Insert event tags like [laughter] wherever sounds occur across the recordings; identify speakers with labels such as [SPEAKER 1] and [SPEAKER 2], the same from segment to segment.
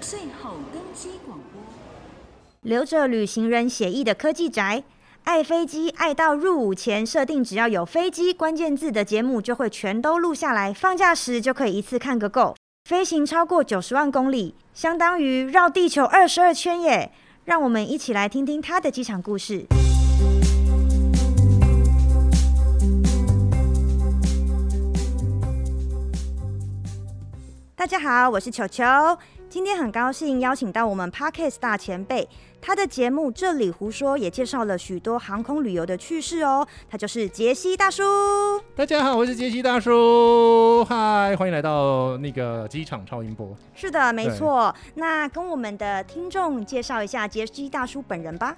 [SPEAKER 1] 最后登机广播。
[SPEAKER 2] 留着旅行人写意的科技宅，爱飞机爱到入伍前设定，只要有飞机关键字的节目就会全都录下来，放假时就可以一次看个够。飞行超过九十万公里，相当于绕地球二十二圈耶！让我们一起来听听他的机场故事。大家好，我是球球。今天很高兴邀请到我们 Parkes 大前辈，他的节目《这里胡说》也介绍了许多航空旅游的趣事哦。他就是杰西大叔。
[SPEAKER 3] 大家好，我是杰西大叔，嗨，欢迎来到那个机场超音波。
[SPEAKER 2] 是的，没错。那跟我们的听众介绍一下杰西大叔本人吧。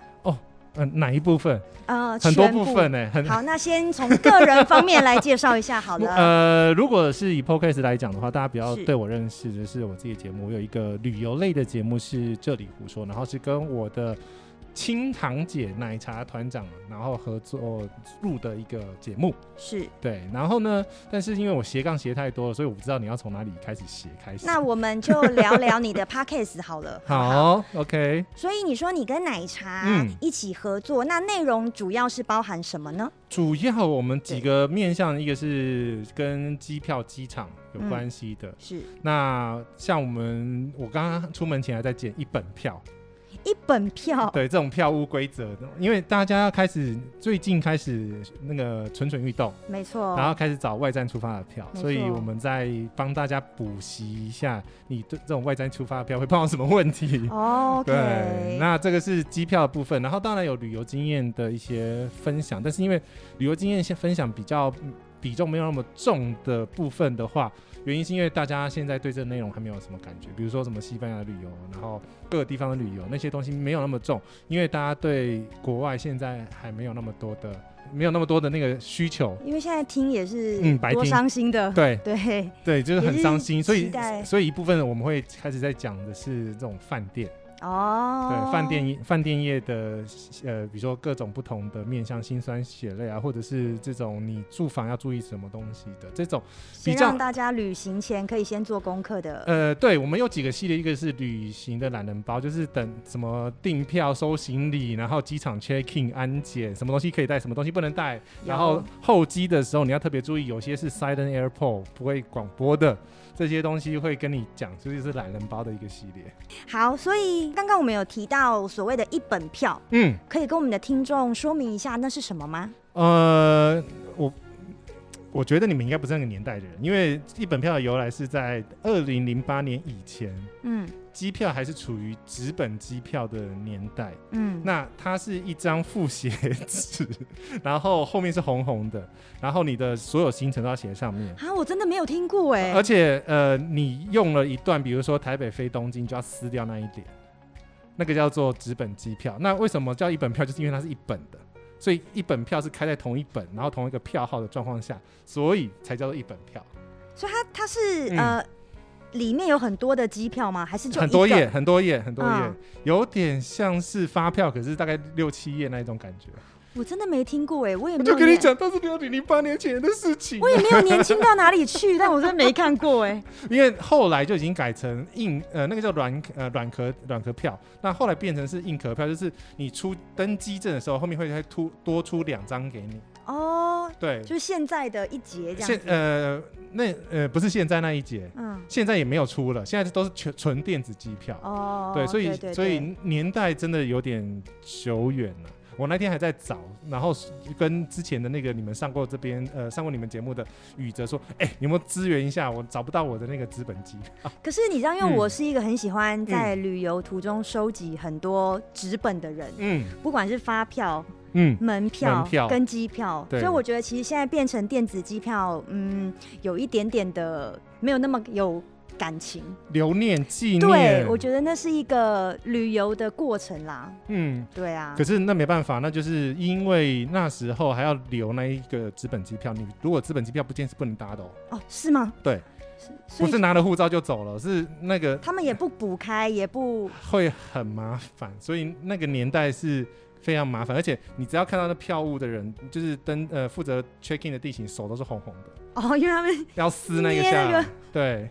[SPEAKER 3] 嗯、哪一部分？
[SPEAKER 2] 呃，
[SPEAKER 3] 很多
[SPEAKER 2] 全
[SPEAKER 3] 部分呢、很
[SPEAKER 2] 好，那先从个人方面来介绍一下好了。
[SPEAKER 3] [laughs] 呃，如果是以 podcast 来讲的话，大家比较
[SPEAKER 2] 是
[SPEAKER 3] 对我认识的是我自己的节目，我有一个旅游类的节目是这里胡说，然后是跟我的亲堂姐奶茶团长然后合作录的一个节目。
[SPEAKER 2] 是，
[SPEAKER 3] 对，然后呢，但是因为我斜杠斜太多了，所以我不知道你要从哪里开始斜开始。
[SPEAKER 2] 那我们就聊聊你的 podcast 好了。不
[SPEAKER 3] [laughs] 好，OK，
[SPEAKER 2] 所以你说你跟奶茶
[SPEAKER 3] 嗯
[SPEAKER 2] 一起合作，那内容主要是包含什么呢？
[SPEAKER 3] 主要我们几
[SPEAKER 2] 对
[SPEAKER 3] 个面向，一个是跟机票、机场
[SPEAKER 2] 嗯
[SPEAKER 3] 有关系的。
[SPEAKER 2] 是
[SPEAKER 3] 那像我们，我刚刚出门前还在捡一本票，
[SPEAKER 2] 一本票，
[SPEAKER 3] 对这种票务规则，因为大家开始最近开始那个蠢蠢欲动，
[SPEAKER 2] 没错。
[SPEAKER 3] 然后开始找外站出发的票，
[SPEAKER 2] 哦没错
[SPEAKER 3] 所以我们在帮大家补习一下，你对这种外站出发的票会碰到什么问题。对
[SPEAKER 2] 哦 OK，，
[SPEAKER 3] 那这个是机票的部分，然后当然有旅游经验的一些分享，但是因为旅游经验先分享比较嗯比重没有那么重的部分的话，原因是因为大家现在对这个内容还没有什么感觉，比如说什么西班牙旅游，然后各个地方的旅游那些东西没有那么重，因为大家对国外现在还没有那么多的没有那么多的那个
[SPEAKER 2] [laughs]
[SPEAKER 3] 需求，
[SPEAKER 2] 因为现在听也是
[SPEAKER 3] 嗯白
[SPEAKER 2] 多
[SPEAKER 3] 听
[SPEAKER 2] 伤心
[SPEAKER 3] [laughs]
[SPEAKER 2] 的，
[SPEAKER 3] 对
[SPEAKER 2] 对，
[SPEAKER 3] 对，就是
[SPEAKER 2] 也
[SPEAKER 3] 很
[SPEAKER 2] 是
[SPEAKER 3] 伤心，所
[SPEAKER 2] 期
[SPEAKER 3] 以
[SPEAKER 2] 待
[SPEAKER 3] 所以一部分我们会开始在讲的是这种饭店。
[SPEAKER 2] 哦，
[SPEAKER 3] 对，饭店业饭店业的呃，比如说各种不同的面向，辛酸血泪啊，或者是这种你住房要注意什么东西的这种，
[SPEAKER 2] 先
[SPEAKER 3] 比较
[SPEAKER 2] 让大家旅行前可以先做功课的，
[SPEAKER 3] 呃，对我们有几个系列，一个是旅行的懒人包，就是等什么订票、收行李，然后机场 check in、安检，什么东西可以带，什么东西不能带，然后候机的时候你要特别注意，有些是 silent airport 不会广播的，这些东西会跟你讲，这就是懒人包的一个系列。
[SPEAKER 2] 好，所以刚刚我们有提到所谓的一本票，
[SPEAKER 3] 嗯，
[SPEAKER 2] 可以跟我们的听众说明一下那是什么吗？
[SPEAKER 3] 呃，我我觉得你们应该不是那个年代的人，因为一本票的由来是在二零零八年以前，
[SPEAKER 2] 嗯
[SPEAKER 3] 机票还是处于纸本机票的年代。
[SPEAKER 2] 嗯，
[SPEAKER 3] 那它是一张复写纸， [laughs] 然后后面是红红的，然后你的所有行程都要写在上面。
[SPEAKER 2] 啊，我真的没有听过哎、
[SPEAKER 3] 而且呃，你用了一段，比如说台北飞东京，就要撕掉那一点，那个叫做纸本机票。那为什么叫一本票？就是因为它是一本的，所以一本票是开在同一本，然后同一个票号的状况下，所以才叫做一本票。
[SPEAKER 2] 所以它它是、
[SPEAKER 3] 嗯
[SPEAKER 2] 呃，里面有很多的机票吗？还是就
[SPEAKER 3] 很多
[SPEAKER 2] 一个
[SPEAKER 3] 页，很多页，很多页，
[SPEAKER 2] 嗯
[SPEAKER 3] 有点像是发票，可是大概六七页那一种感觉。
[SPEAKER 2] 我真的没听过哎、我也
[SPEAKER 3] 我
[SPEAKER 2] 没
[SPEAKER 3] 就
[SPEAKER 2] 有
[SPEAKER 3] 跟你
[SPEAKER 2] 年，
[SPEAKER 3] 讲，都是二零零八年前的事
[SPEAKER 2] [laughs]
[SPEAKER 3] 情啊
[SPEAKER 2] 我。也没有年轻到哪里去，但我真的没看过
[SPEAKER 3] [laughs]
[SPEAKER 2] 哎、
[SPEAKER 3] 因为后来就已经改成硬呃那个叫软呃软壳软壳票，那后来变成是硬壳票，就是你出登机证的时候，后面会再突多出两张给你。
[SPEAKER 2] 哦，
[SPEAKER 3] 对，
[SPEAKER 2] 就是现在的一节这
[SPEAKER 3] 现
[SPEAKER 2] 样子，
[SPEAKER 3] 呃那呃不是现在那一节，
[SPEAKER 2] 嗯
[SPEAKER 3] 现在也没有出了，现在都是全纯电子机票。
[SPEAKER 2] 哦，
[SPEAKER 3] 对，所以
[SPEAKER 2] 对
[SPEAKER 3] 所以年代真的有点久远了。我那天还在找，然后跟之前的那个你们上过这边呃上过你们节目的宇哲说，哎、你有没有支援一下？我找不到我的那个资本机。
[SPEAKER 2] 可是你知道，因为
[SPEAKER 3] 嗯
[SPEAKER 2] 我是一个很喜欢在旅游途中收集很多纸本的人，
[SPEAKER 3] 嗯
[SPEAKER 2] 不管是发票、
[SPEAKER 3] 嗯，
[SPEAKER 2] 门票、
[SPEAKER 3] 门票
[SPEAKER 2] 跟机票，所以
[SPEAKER 3] 对
[SPEAKER 2] 我觉得其实现在变成电子机票，嗯，有一点点的没有那么有感情。
[SPEAKER 3] 留念纪念。
[SPEAKER 2] 对，我觉得那是一个旅游的过程啦。
[SPEAKER 3] 嗯，
[SPEAKER 2] 对啊
[SPEAKER 3] 可，是那没办法，那就是因为那时候还要留那一个资本机票，你如果资本机票不见是不能搭的哦，
[SPEAKER 2] 哦，是吗？
[SPEAKER 3] 对
[SPEAKER 2] 是，
[SPEAKER 3] 不
[SPEAKER 2] 所
[SPEAKER 3] 是
[SPEAKER 2] 以
[SPEAKER 3] 拿了护照就走了，是那个
[SPEAKER 2] 他们也不补开，也不
[SPEAKER 3] 会很麻烦，所以那个年代是。非常麻烦，而且你只要看到那票务的人，就是登呃负责 check in 的地勤，手都是红红的，
[SPEAKER 2] 哦，因为他们
[SPEAKER 3] 要撕那个
[SPEAKER 2] 捏
[SPEAKER 3] 下
[SPEAKER 2] 那
[SPEAKER 3] 来，
[SPEAKER 2] 个
[SPEAKER 3] 对，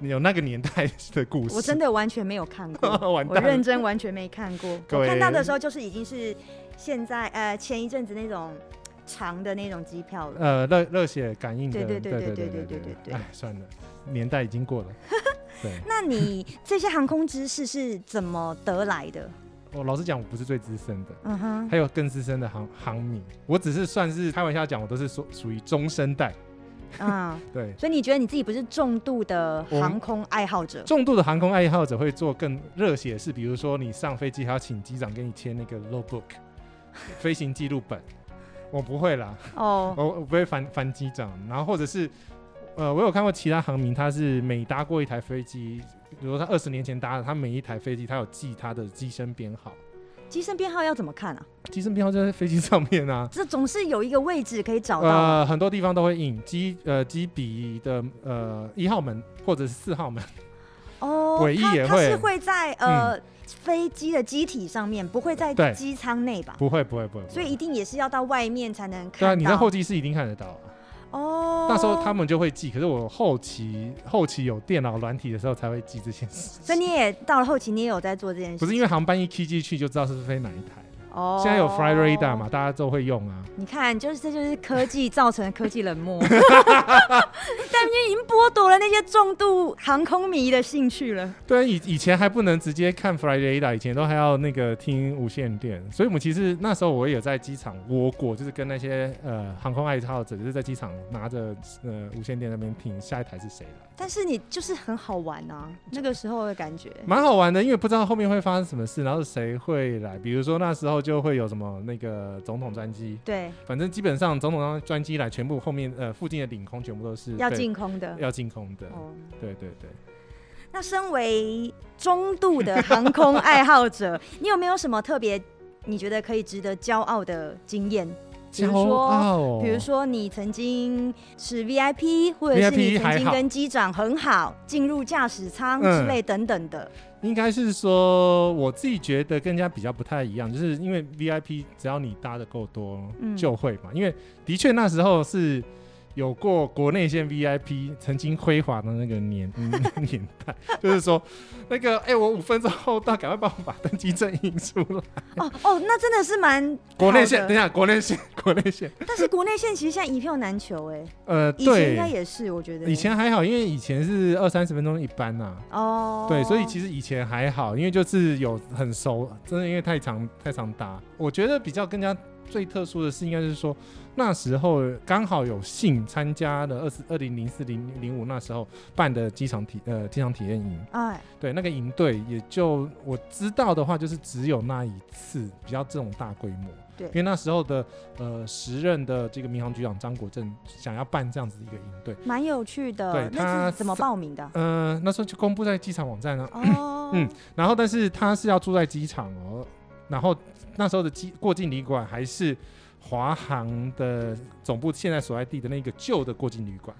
[SPEAKER 3] 有那个年代的故事。
[SPEAKER 2] 我真的完全没有看
[SPEAKER 3] [laughs]
[SPEAKER 2] 过，
[SPEAKER 3] 完
[SPEAKER 2] 我
[SPEAKER 3] 蛋了
[SPEAKER 2] 认真完全没看
[SPEAKER 3] [laughs]
[SPEAKER 2] 过。
[SPEAKER 3] 各
[SPEAKER 2] 我
[SPEAKER 3] 位
[SPEAKER 2] 看到的时候就是已经是现在呃前一阵子那种长的那种机票了。
[SPEAKER 3] 呃，热热血感应的，
[SPEAKER 2] 对对
[SPEAKER 3] 对
[SPEAKER 2] 对
[SPEAKER 3] 对
[SPEAKER 2] 对对
[SPEAKER 3] 对
[SPEAKER 2] 对对
[SPEAKER 3] 哎，算了，年代已经
[SPEAKER 2] [laughs]
[SPEAKER 3] 过了。对，
[SPEAKER 2] 那
[SPEAKER 3] [laughs]
[SPEAKER 2] 你这些航空知识是怎么得来的？
[SPEAKER 3] 我老实讲，我不是最资深的，
[SPEAKER 2] 嗯哼，
[SPEAKER 3] 还有更资深的航航迷，我只是算是开玩笑讲，我都是属属于中生代。 [laughs]
[SPEAKER 2] 嗯，
[SPEAKER 3] 对，
[SPEAKER 2] 所以你觉得你自己不是重度的
[SPEAKER 3] 我
[SPEAKER 2] 航空爱好者？
[SPEAKER 3] 重度的航空爱好者会做更热血的事，比如说你上飞机还要请机长给你签那个
[SPEAKER 2] [laughs]
[SPEAKER 3] logbook 飞行记录本，我不会啦，
[SPEAKER 2] 哦，
[SPEAKER 3] 我我不会烦烦机长，然后或者是呃，我有看过其他航民，他是每搭过一台飞机，比如说他二十年前搭的，他每一台飞机他有记他的机身编号，
[SPEAKER 2] 机身编号要怎么看啊？
[SPEAKER 3] 机身编号就在飞机上面啊。
[SPEAKER 2] 这总是有一个位置可以找到啊。
[SPEAKER 3] 呃，很多地方都会印机呃机笔的呃一号门或者是四号门， [laughs]
[SPEAKER 2] 哦，
[SPEAKER 3] 尾翼
[SPEAKER 2] 它
[SPEAKER 3] 也
[SPEAKER 2] 它是
[SPEAKER 3] 会嗯
[SPEAKER 2] 会在呃飞机的机体上面，不会在
[SPEAKER 3] 对
[SPEAKER 2] 机舱内吧？
[SPEAKER 3] 不会不会不会，不会
[SPEAKER 2] 所以一定也是要到外面才能看
[SPEAKER 3] 对
[SPEAKER 2] 到。
[SPEAKER 3] 啊，你在后机室一定看得到啊。
[SPEAKER 2] 哦，
[SPEAKER 3] 那时候他，们就会记，可是我后期后期有电脑软体的时候才会记这些事
[SPEAKER 2] 所以
[SPEAKER 3] 情。
[SPEAKER 2] 你也到了后期，你也有在做这件事。
[SPEAKER 3] 不是因为航班一 key 进去就知道是飞哪一台，
[SPEAKER 2] 哦，
[SPEAKER 3] 现在有 Fly Radar 嘛，？大家都会用啊。
[SPEAKER 2] 你看，就是这就是科技造成的科技冷漠， [laughs] 但已经剥夺了那些重度航空迷的兴趣了。
[SPEAKER 3] 对啊，以以前还不能直接看 Fly Radar，以前都还要那个听无线电，所以我们其实那时候我也有在机场窝过，就是跟那些呃航空爱好者，就是在机场拿着呃无线电那边听下一台是谁来，
[SPEAKER 2] 但是你就是很好玩啊，那个时候的感觉。
[SPEAKER 3] 蛮好玩的，因为不知道后面会发生什么事，然后谁会来，比如说那时候就会有什么那个总统专机，
[SPEAKER 2] 对，
[SPEAKER 3] 反正基本上总统专专机来，全部后面呃附近的领空全部都是
[SPEAKER 2] 要
[SPEAKER 3] 被
[SPEAKER 2] 进呃空的。
[SPEAKER 3] 要进空的，
[SPEAKER 2] 哦，
[SPEAKER 3] 对对对。
[SPEAKER 2] 那身为中度的航空爱好者，你有没有什么特别你觉得可以值得骄傲的经验？比如
[SPEAKER 3] 骄
[SPEAKER 2] 说
[SPEAKER 3] 傲哦
[SPEAKER 2] 比如说你曾经是 VIP，或者是
[SPEAKER 3] VIP
[SPEAKER 2] 你曾
[SPEAKER 3] 还
[SPEAKER 2] 经
[SPEAKER 3] 好嗯
[SPEAKER 2] 跟机长很好，进入驾驶舱之类等等的。
[SPEAKER 3] 应该是说我自己觉得跟人家比较不太一样，就是因为 VIP 只要你搭的够多、
[SPEAKER 2] 嗯
[SPEAKER 3] 就会嘛，因为的确那时候是。有过国内线 VIP 曾经辉煌的那个年 [laughs] 年代，就是说，那个哎、我五分钟后到，赶快帮我把登机证印出
[SPEAKER 2] [laughs]
[SPEAKER 3] 来。
[SPEAKER 2] 哦哦，那真的是蛮
[SPEAKER 3] 国内
[SPEAKER 2] 好
[SPEAKER 3] 线，
[SPEAKER 2] 的
[SPEAKER 3] 等一下，国内线，国内线，
[SPEAKER 2] 但是国内线其实现在一票难求哎，
[SPEAKER 3] 呃，
[SPEAKER 2] 以前应
[SPEAKER 3] 对，
[SPEAKER 2] 该也是，我觉得
[SPEAKER 3] 以前还好，因为以前是二三十分钟一班呐、啊
[SPEAKER 2] 哦，
[SPEAKER 3] 对，所以其
[SPEAKER 2] 实
[SPEAKER 3] 实以前还好，因为就是有很熟，真的因为太常太常打。我觉得比较更加最特殊的是，应该就是说那时候刚好有幸参加了二十二零零四零零五那时候办的机场体呃机场体验营，
[SPEAKER 2] 哎，
[SPEAKER 3] 对，那个营队也就我知道的话，就是只有那一次比较这种大规模。
[SPEAKER 2] 对
[SPEAKER 3] 因为那时候的呃时任的这个民航局长张国政想要办这样子一个营队，
[SPEAKER 2] 蛮有趣的
[SPEAKER 3] 对。
[SPEAKER 2] 那
[SPEAKER 3] 他
[SPEAKER 2] 是怎么
[SPEAKER 3] 是
[SPEAKER 2] 报名的？
[SPEAKER 3] 呃，那时候就公布在机场网站啊，
[SPEAKER 2] 哦，
[SPEAKER 3] 嗯然后但是他是要住在机场哦，然后那时候的机过境旅馆还是华航的总部现在所在地的那个旧的过境旅馆，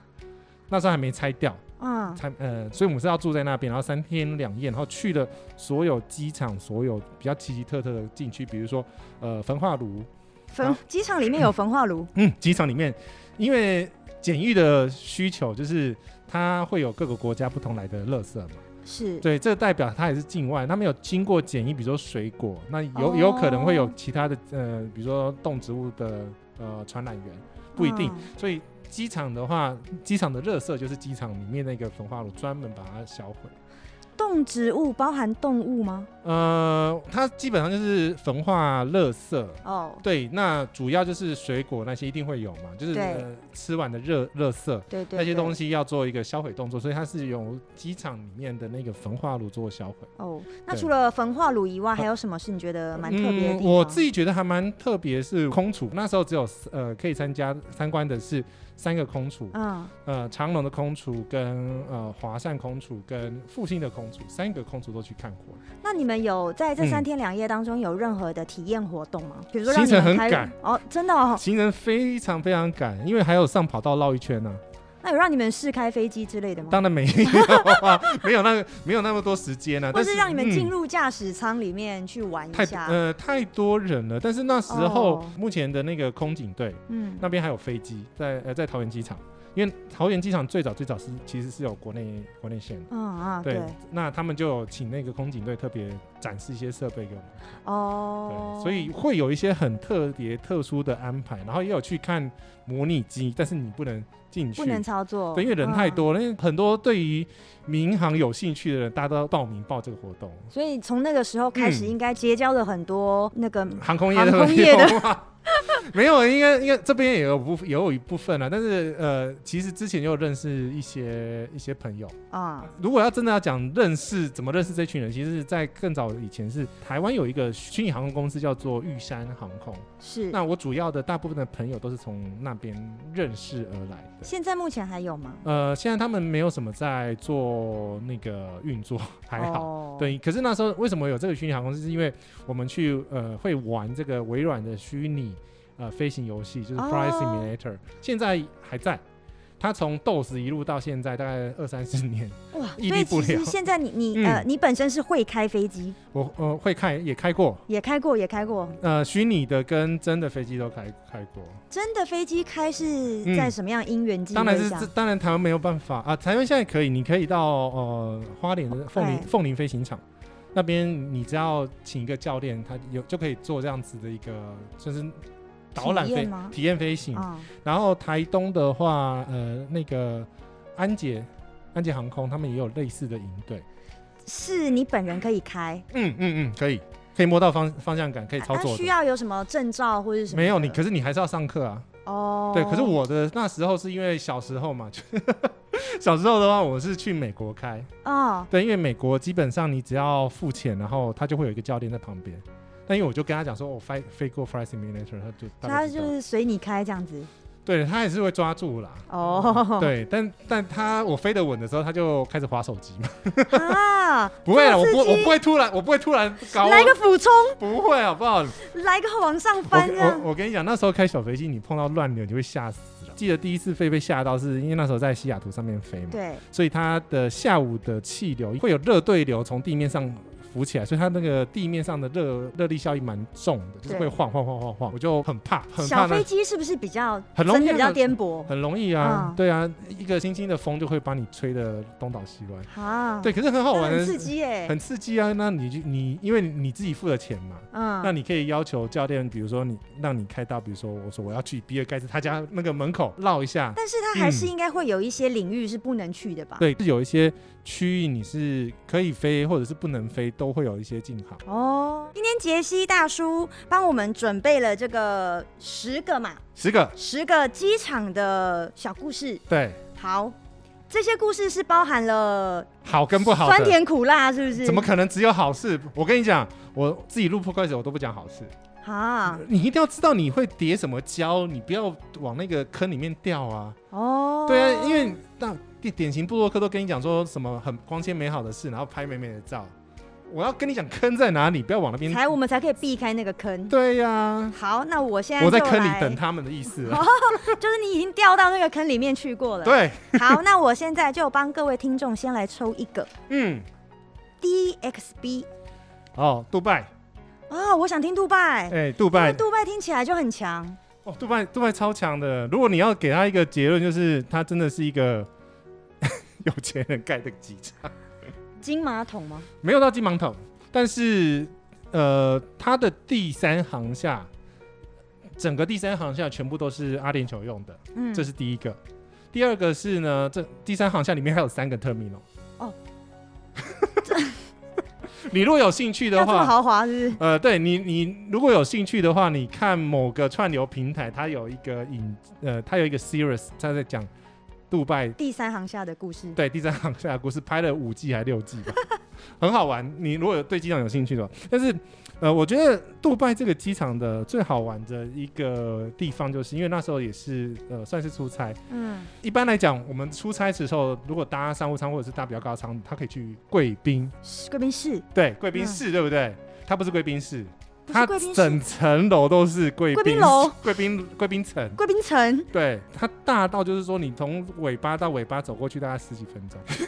[SPEAKER 3] 那时候还没拆掉，
[SPEAKER 2] 嗯，
[SPEAKER 3] 才呃，所以我们是要住在那边，然后三天两夜，然后去了所有机场所有比较奇奇特特的禁区，比如说呃焚化炉，
[SPEAKER 2] 焚机场里面有焚化炉，
[SPEAKER 3] 嗯，机场里面，因为检疫的需求就是它会有各个国家不同来的垃圾嘛。
[SPEAKER 2] 是
[SPEAKER 3] 对，这代表它也是境外，它没有经过检疫，比如说水果，那有、
[SPEAKER 2] 哦
[SPEAKER 3] 有可能会有其他的呃，比如说动植物的呃传染源，不一定。
[SPEAKER 2] 嗯
[SPEAKER 3] 所以机场的话，机场的热色就是机场里面那个焚化炉专门把它销毁。
[SPEAKER 2] 动植物包含动物吗？
[SPEAKER 3] 呃，它基本上就是焚化热色。
[SPEAKER 2] 哦，
[SPEAKER 3] 对，那主要就是水果那些一定会有嘛，就是、
[SPEAKER 2] 对
[SPEAKER 3] 呃、吃完的热热色
[SPEAKER 2] 对对，
[SPEAKER 3] 那些东
[SPEAKER 2] 西。
[SPEAKER 3] 西要做一个销毁动作，所以它是由机场里面的那个焚化炉做销毁。
[SPEAKER 2] 哦，那
[SPEAKER 3] 对
[SPEAKER 2] 除了焚化炉以外，还有什么是你觉得蛮特别的地方？
[SPEAKER 3] 嗯。我自己觉得还蛮特别，是空厨。那时候只有呃可以参加参观的是三个空厨，
[SPEAKER 2] 嗯，
[SPEAKER 3] 呃长隆的空厨跟呃华善空厨跟复兴的空厨，三个空厨都去看过了。
[SPEAKER 2] 那你们有在这
[SPEAKER 3] 嗯
[SPEAKER 2] 三天两夜当中有任何的体验活动吗？比如说
[SPEAKER 3] 行
[SPEAKER 2] 让你们
[SPEAKER 3] 程很
[SPEAKER 2] 开
[SPEAKER 3] 赶
[SPEAKER 2] 哦，真的哦，
[SPEAKER 3] 行人非常非常赶，因为还有上跑道绕一圈呢、
[SPEAKER 2] 那有让你们试开飞机之类的吗？
[SPEAKER 3] 当然没有啊， [laughs] 没有那个没有那么多时间呢、啊。
[SPEAKER 2] 或
[SPEAKER 3] 但
[SPEAKER 2] 是让你们进
[SPEAKER 3] 嗯
[SPEAKER 2] 入驾驶舱里面去玩一
[SPEAKER 3] 太
[SPEAKER 2] 下？
[SPEAKER 3] 呃太多人了，但是那时候
[SPEAKER 2] 哦
[SPEAKER 3] 目前的那个空警队
[SPEAKER 2] 嗯，
[SPEAKER 3] 那边还有飞机在呃在桃园机场，因为桃园机场最早最早是其实是有国内国内线的。
[SPEAKER 2] 嗯啊，
[SPEAKER 3] 对
[SPEAKER 2] 对，，
[SPEAKER 3] 那他们就有请那个空警队特别展示一些设备给我们，
[SPEAKER 2] 哦
[SPEAKER 3] 对，，所以会有一些很特别特殊的安排，然后也有去看模拟机，但是你不能进去，
[SPEAKER 2] 不能操作，
[SPEAKER 3] 对，因为人太
[SPEAKER 2] 嗯。
[SPEAKER 3] 多了，因为很多对于民航有兴趣的人，大家都要报名报这个活动。
[SPEAKER 2] 所以从那个时候开始，
[SPEAKER 3] 嗯
[SPEAKER 2] 应该结交了很多那个
[SPEAKER 3] 航空业
[SPEAKER 2] 航
[SPEAKER 3] 的
[SPEAKER 2] 空业的
[SPEAKER 3] [laughs] 没有，应该应该这边也有部也有一部分了，但是呃，其实之前也有认识一些一些朋友。
[SPEAKER 2] 啊，
[SPEAKER 3] 如果要真的要讲认识怎么认识这群人，其实，在更早以前是台湾有一个虚拟航空公司叫做玉山航空，
[SPEAKER 2] 是。
[SPEAKER 3] 那我主要的大部分的朋友都是从那边认识而来的。
[SPEAKER 2] 现在目前还有吗？
[SPEAKER 3] 呃，现在他们没有什么在做那个运作，还好。
[SPEAKER 2] 哦，
[SPEAKER 3] 对，可是那时候为什么有这个虚拟航空？是因为我们去呃会玩这个微软的虚拟呃飞行游戏，就是 Flight
[SPEAKER 2] 哦
[SPEAKER 3] Simulator，、现在还在。它从 DOS 一路到现在大概二三十年，
[SPEAKER 2] 哇，
[SPEAKER 3] 屹
[SPEAKER 2] 所以
[SPEAKER 3] 立不
[SPEAKER 2] 其实
[SPEAKER 3] 了
[SPEAKER 2] 现在你你呃，
[SPEAKER 3] 嗯
[SPEAKER 2] 你本身是会开飞机，
[SPEAKER 3] 我呃会开也开过，
[SPEAKER 2] 也开过，也开过。
[SPEAKER 3] 呃虚拟的跟真的飞机都开开过。
[SPEAKER 2] 真的飞机开是在什么样因缘机
[SPEAKER 3] 嗯当然
[SPEAKER 2] 会
[SPEAKER 3] 是
[SPEAKER 2] 下
[SPEAKER 3] 这？当然台湾没有办法啊，台湾现在可以，你可以到呃花莲的凤
[SPEAKER 2] 哎
[SPEAKER 3] 林凤林飞行场那边，你只要请一个教练，他有就可以做这样子的一个就是导览
[SPEAKER 2] 体验
[SPEAKER 3] 飞
[SPEAKER 2] 吗
[SPEAKER 3] 体验飞行。
[SPEAKER 2] 啊，
[SPEAKER 3] 然后台东的话，呃那个安捷安捷航空他们也有类似的营队，
[SPEAKER 2] 是你本人可以开，
[SPEAKER 3] 嗯嗯嗯，可以可以摸到方方向感，可以操
[SPEAKER 2] 那
[SPEAKER 3] 作
[SPEAKER 2] 啊
[SPEAKER 3] 的
[SPEAKER 2] 需。要有什么证照或者是什么的？
[SPEAKER 3] 没有你，可是你还是要上课啊。
[SPEAKER 2] 哦，
[SPEAKER 3] 对，可是我的那时候是因为小时候嘛，就 [laughs] 小时候的话，我是去美国开，
[SPEAKER 2] 哦，
[SPEAKER 3] 对，因为美国基本上你只要付钱，然后他就会有一个教练在旁边。但因为我就跟他讲说，我、飞飞过 Flight Simulator，他就
[SPEAKER 2] 他
[SPEAKER 3] 大概知
[SPEAKER 2] 就
[SPEAKER 3] 道
[SPEAKER 2] 是随你开这样子。
[SPEAKER 3] 对他还是会抓住啦。
[SPEAKER 2] 哦，
[SPEAKER 3] 嗯对，但但他我飞得稳的时候，他就开始划手机嘛。
[SPEAKER 2] 啊，
[SPEAKER 3] [laughs] 不会了，
[SPEAKER 2] 这么
[SPEAKER 3] 我不
[SPEAKER 2] 刺激
[SPEAKER 3] 我不会突然我不会突然搞，
[SPEAKER 2] 来个俯冲，
[SPEAKER 3] 不会好不好？
[SPEAKER 2] 来个往上
[SPEAKER 3] 我
[SPEAKER 2] 翻这
[SPEAKER 3] 我
[SPEAKER 2] 样。
[SPEAKER 3] 我跟你讲，那时候开小飞机，你碰到乱流你就会吓死了。记得第一次飞被吓到是，因为那时候在西雅图上面飞嘛，
[SPEAKER 2] 对，
[SPEAKER 3] 所以它的下午的气流会有热对流从地面上浮起来，所以它那个地面上的热热力效应蛮重的，就是
[SPEAKER 2] 对嗯
[SPEAKER 3] 会晃晃晃晃晃，我就很怕，很怕
[SPEAKER 2] 小
[SPEAKER 3] 那
[SPEAKER 2] 飞机是不是比较
[SPEAKER 3] 很容
[SPEAKER 2] 真
[SPEAKER 3] 易
[SPEAKER 2] 的比较
[SPEAKER 3] 那
[SPEAKER 2] 颠簸？
[SPEAKER 3] 很容易啊，
[SPEAKER 2] 嗯
[SPEAKER 3] 对啊，一个轻轻的风就会把你吹得东倒西歪。
[SPEAKER 2] 啊，
[SPEAKER 3] 对，可是很好
[SPEAKER 2] 那
[SPEAKER 3] 玩的
[SPEAKER 2] 很
[SPEAKER 3] 是，
[SPEAKER 2] 刺激耶。嗯
[SPEAKER 3] 很刺激啊！那你就你因为你自己付了钱嘛，那
[SPEAKER 2] 嗯，
[SPEAKER 3] 你可以要求教练，比如说你让你开到，比如说我说我要去比尔盖茨他家那个门口绕一下，
[SPEAKER 2] 但是它还是
[SPEAKER 3] 嗯
[SPEAKER 2] 应该会有一些领域是不能去的吧？
[SPEAKER 3] 对，是有一些区域你是可以飞或者是不能飞，都会有一些禁航。
[SPEAKER 2] 哦，今天杰西大叔帮我们准备了这个十个嘛，
[SPEAKER 3] 十个，
[SPEAKER 2] 十个机场的小故事。
[SPEAKER 3] 对，
[SPEAKER 2] 好，这些故事是包含了
[SPEAKER 3] 好跟不好的
[SPEAKER 2] 酸甜苦辣，是不是？
[SPEAKER 3] 怎么可能只有好事？我跟你讲，我自己录破开始我都不讲好事。
[SPEAKER 2] 啊？
[SPEAKER 3] 你一定要知道你会叠什么胶，你不要往那个坑里面掉啊。
[SPEAKER 2] 哦，
[SPEAKER 3] 对啊，因为那典典型布洛克都跟你讲说什么很光鲜美好的事，然后拍美美的照。我要跟你讲坑在哪里，不要往那边。
[SPEAKER 2] 才我们才可以避开那个坑。
[SPEAKER 3] 对呀、
[SPEAKER 2] 好，那我现在
[SPEAKER 3] 我在
[SPEAKER 2] 就
[SPEAKER 3] 坑里
[SPEAKER 2] 来
[SPEAKER 3] 等，他们的意思啊。
[SPEAKER 2] [laughs] 就是你已经掉到那个坑里面去过了。，
[SPEAKER 3] 对，
[SPEAKER 2] 好，那我现在就帮各位听众先来抽一个
[SPEAKER 3] 嗯，
[SPEAKER 2] DXB
[SPEAKER 3] 哦，杜拜，
[SPEAKER 2] 啊、我想听杜拜，
[SPEAKER 3] 哎、杜
[SPEAKER 2] 因
[SPEAKER 3] 拜
[SPEAKER 2] 为，杜拜听起来就很强。
[SPEAKER 3] 哦，杜拜，杜拜超强的。如果你要给他一个结论，就是他真的是一个 [laughs] 有钱人盖的机场，
[SPEAKER 2] 金马桶吗？
[SPEAKER 3] 没有到金芒桶，但是呃，他的第三航厦，整个第三航厦全部都是阿联酋用的，
[SPEAKER 2] 嗯，
[SPEAKER 3] 这是第一个。第二个是呢，这第三航厦里面还有三个 terminal。
[SPEAKER 2] 哦，
[SPEAKER 3] [laughs] 你如果有兴趣
[SPEAKER 2] 要
[SPEAKER 3] 的
[SPEAKER 2] 这么
[SPEAKER 3] 话，
[SPEAKER 2] 豪华是不是？
[SPEAKER 3] 呃，对你，你如果有兴趣的话，你看某个串流平台，它有一个影，呃，它有一个 series，它在讲杜拜
[SPEAKER 2] 第三行下的故事。
[SPEAKER 3] 对第三行下的故事，拍了五季还六季吧， [laughs] 很好玩。你如果有对机场有兴趣的话，但是呃，我觉得杜拜这个机场的最好玩的一个地方，就是因为那时候也是呃算是出差，
[SPEAKER 2] 嗯，
[SPEAKER 3] 一般来讲，我们出差的时候，如果搭商务舱或者是搭比较高的舱，它可以去贵宾，
[SPEAKER 2] 是贵宾室，
[SPEAKER 3] 对，贵宾室，对不对？它不是贵宾室，
[SPEAKER 2] 不是
[SPEAKER 3] 它
[SPEAKER 2] 贵宾室，
[SPEAKER 3] 整层楼都是贵
[SPEAKER 2] 贵宾楼、
[SPEAKER 3] 贵宾贵宾层。
[SPEAKER 2] 贵宾层。
[SPEAKER 3] 对，它大到就是说，你从尾巴到尾巴走过去大概十几分钟，
[SPEAKER 2] [laughs]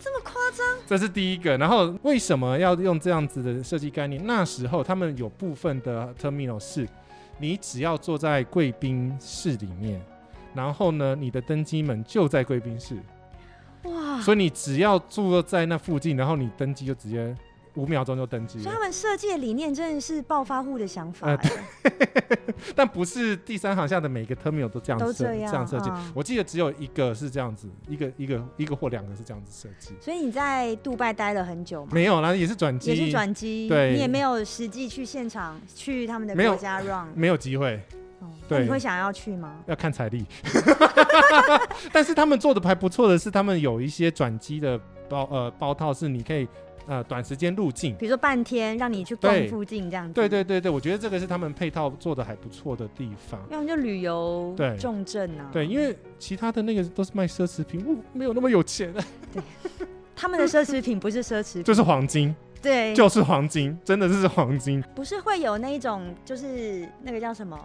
[SPEAKER 2] 这么夸张？
[SPEAKER 3] 这是第一个。然后为什么要用这样子的设计概念？那时候他们有部分的 terminal 是，你只要坐在贵宾室里面，然后呢，你的登机门就在贵宾室，
[SPEAKER 2] 哇！
[SPEAKER 3] 所以你只要住在那附近，然后你登机就直接五秒钟就登机
[SPEAKER 2] 所以
[SPEAKER 3] 了
[SPEAKER 2] 他。们设计的理念真的是暴发户的想法
[SPEAKER 3] 呃
[SPEAKER 2] 欸，
[SPEAKER 3] 但不是第三航厦的每个 terminal 都这样
[SPEAKER 2] 都
[SPEAKER 3] 设
[SPEAKER 2] 这样
[SPEAKER 3] 样设计
[SPEAKER 2] 嗯。
[SPEAKER 3] 我记得只有一个是这样子，一个一个一个或两个是这样子设计。
[SPEAKER 2] 所以你在杜拜待了很久嘛，
[SPEAKER 3] 没有啦，也是转
[SPEAKER 2] 嗯
[SPEAKER 3] 机，
[SPEAKER 2] 也是转机，
[SPEAKER 3] 对
[SPEAKER 2] 你也没有实际去现场去他们的
[SPEAKER 3] 没有
[SPEAKER 2] 国家 run，
[SPEAKER 3] 没有机会，
[SPEAKER 2] 哦
[SPEAKER 3] 对
[SPEAKER 2] 那你会想要去吗？
[SPEAKER 3] 要看财力。 [laughs] 但是他们做的还不错的是，他们有一些转机的包呃包套是你可以呃短时间入境。
[SPEAKER 2] 比如说半天让你去逛
[SPEAKER 3] 对
[SPEAKER 2] 附近这样子，
[SPEAKER 3] 对，对对对，我觉得这个是他们配套做的还不错的地方。
[SPEAKER 2] 要么就旅游
[SPEAKER 3] 对
[SPEAKER 2] 重镇啊，
[SPEAKER 3] 对，因为其他的那个都是卖奢侈品，我没有那么有钱、
[SPEAKER 2] 他们的奢侈品不是奢侈品，
[SPEAKER 3] 就是黄金，
[SPEAKER 2] 对，
[SPEAKER 3] 就是黄金，真的是黄金
[SPEAKER 2] 不是会有那一种就是那个叫什么，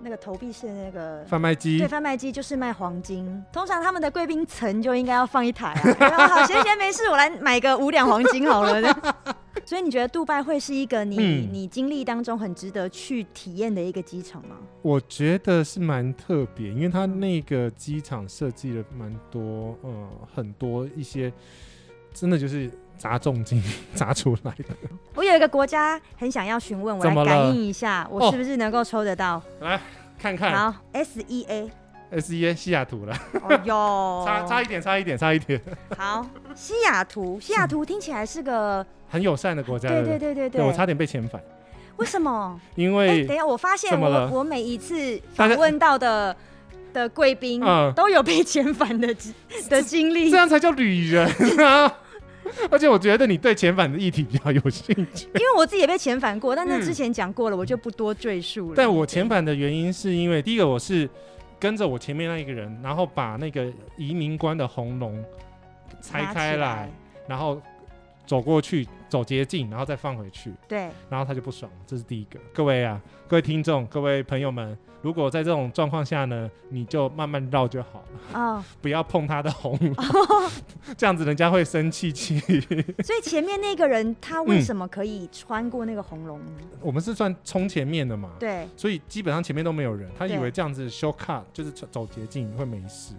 [SPEAKER 2] 那个投币式的那个。
[SPEAKER 3] 贩卖机
[SPEAKER 2] 对，。贩卖机就是卖黄金。通常他们的贵宾层就应该要放一台啊。 [laughs] 然后好，闲闲没事，我来买个五两黄金好了。 [laughs] 所以你觉得杜拜会是一个你、
[SPEAKER 3] 嗯
[SPEAKER 2] 你经历当中很值得去体验的一个机场吗？
[SPEAKER 3] 我觉得是蛮特别，因为它那个机场设计了蛮多，呃，很多一些真的就是砸重金 [laughs] 砸出来的。
[SPEAKER 2] 我有一个国家很想要询问，我
[SPEAKER 3] 怎么
[SPEAKER 2] 来感
[SPEAKER 3] 了
[SPEAKER 2] 应一下，我
[SPEAKER 3] 哦
[SPEAKER 2] 是不是能够抽得到？
[SPEAKER 3] 看看
[SPEAKER 2] 好，S E A，
[SPEAKER 3] S E A 西雅图了，
[SPEAKER 2] 哦哟，
[SPEAKER 3] 差差一点，差一点，差一点，
[SPEAKER 2] 好，西雅图，西雅图听起来是个，
[SPEAKER 3] 很友善的国家。
[SPEAKER 2] 对
[SPEAKER 3] 不
[SPEAKER 2] 对对对
[SPEAKER 3] 对，我差点被遣返，
[SPEAKER 2] 为什么？
[SPEAKER 3] 因
[SPEAKER 2] 哎、
[SPEAKER 3] 为
[SPEAKER 2] 等一下，我发现
[SPEAKER 3] 怎么
[SPEAKER 2] 我
[SPEAKER 3] 了
[SPEAKER 2] 我每一次访
[SPEAKER 3] 大家
[SPEAKER 2] 问到的的贵宾
[SPEAKER 3] 嗯
[SPEAKER 2] 都有被遣返的经的经历，
[SPEAKER 3] 这样才叫旅人啊！ [laughs] 而且我觉得你对遣返的议题比较有兴趣。
[SPEAKER 2] 因为我自己也被遣返过，但那
[SPEAKER 3] 嗯
[SPEAKER 2] 之前讲过了，我就不多赘述了。
[SPEAKER 3] 但我遣返的原因是因为，第一个我是跟着我前面那一个人，然后把那个移民官的红龙
[SPEAKER 2] 拿
[SPEAKER 3] 拆
[SPEAKER 2] 起
[SPEAKER 3] 开来，，然后走过去，走捷径，然后再放回去，
[SPEAKER 2] 对，
[SPEAKER 3] 然后他就不爽，这是第一个。各位啊，各位听众，各位朋友们，如果在这种状况下呢，你就慢慢绕就好 [laughs] 了，
[SPEAKER 2] 哦，
[SPEAKER 3] 不要碰他的红 [laughs] 龙，这样子人家会生气气。
[SPEAKER 2] 所以前面那个人他为
[SPEAKER 3] 嗯
[SPEAKER 2] 什么可以穿过那个红龙呢？
[SPEAKER 3] [laughs] 我们是算冲前面的嘛，
[SPEAKER 2] 对，
[SPEAKER 3] 所以基本上前面都没有人，他以
[SPEAKER 2] 对
[SPEAKER 3] 为这样子 shortcut 就是走捷径会没事。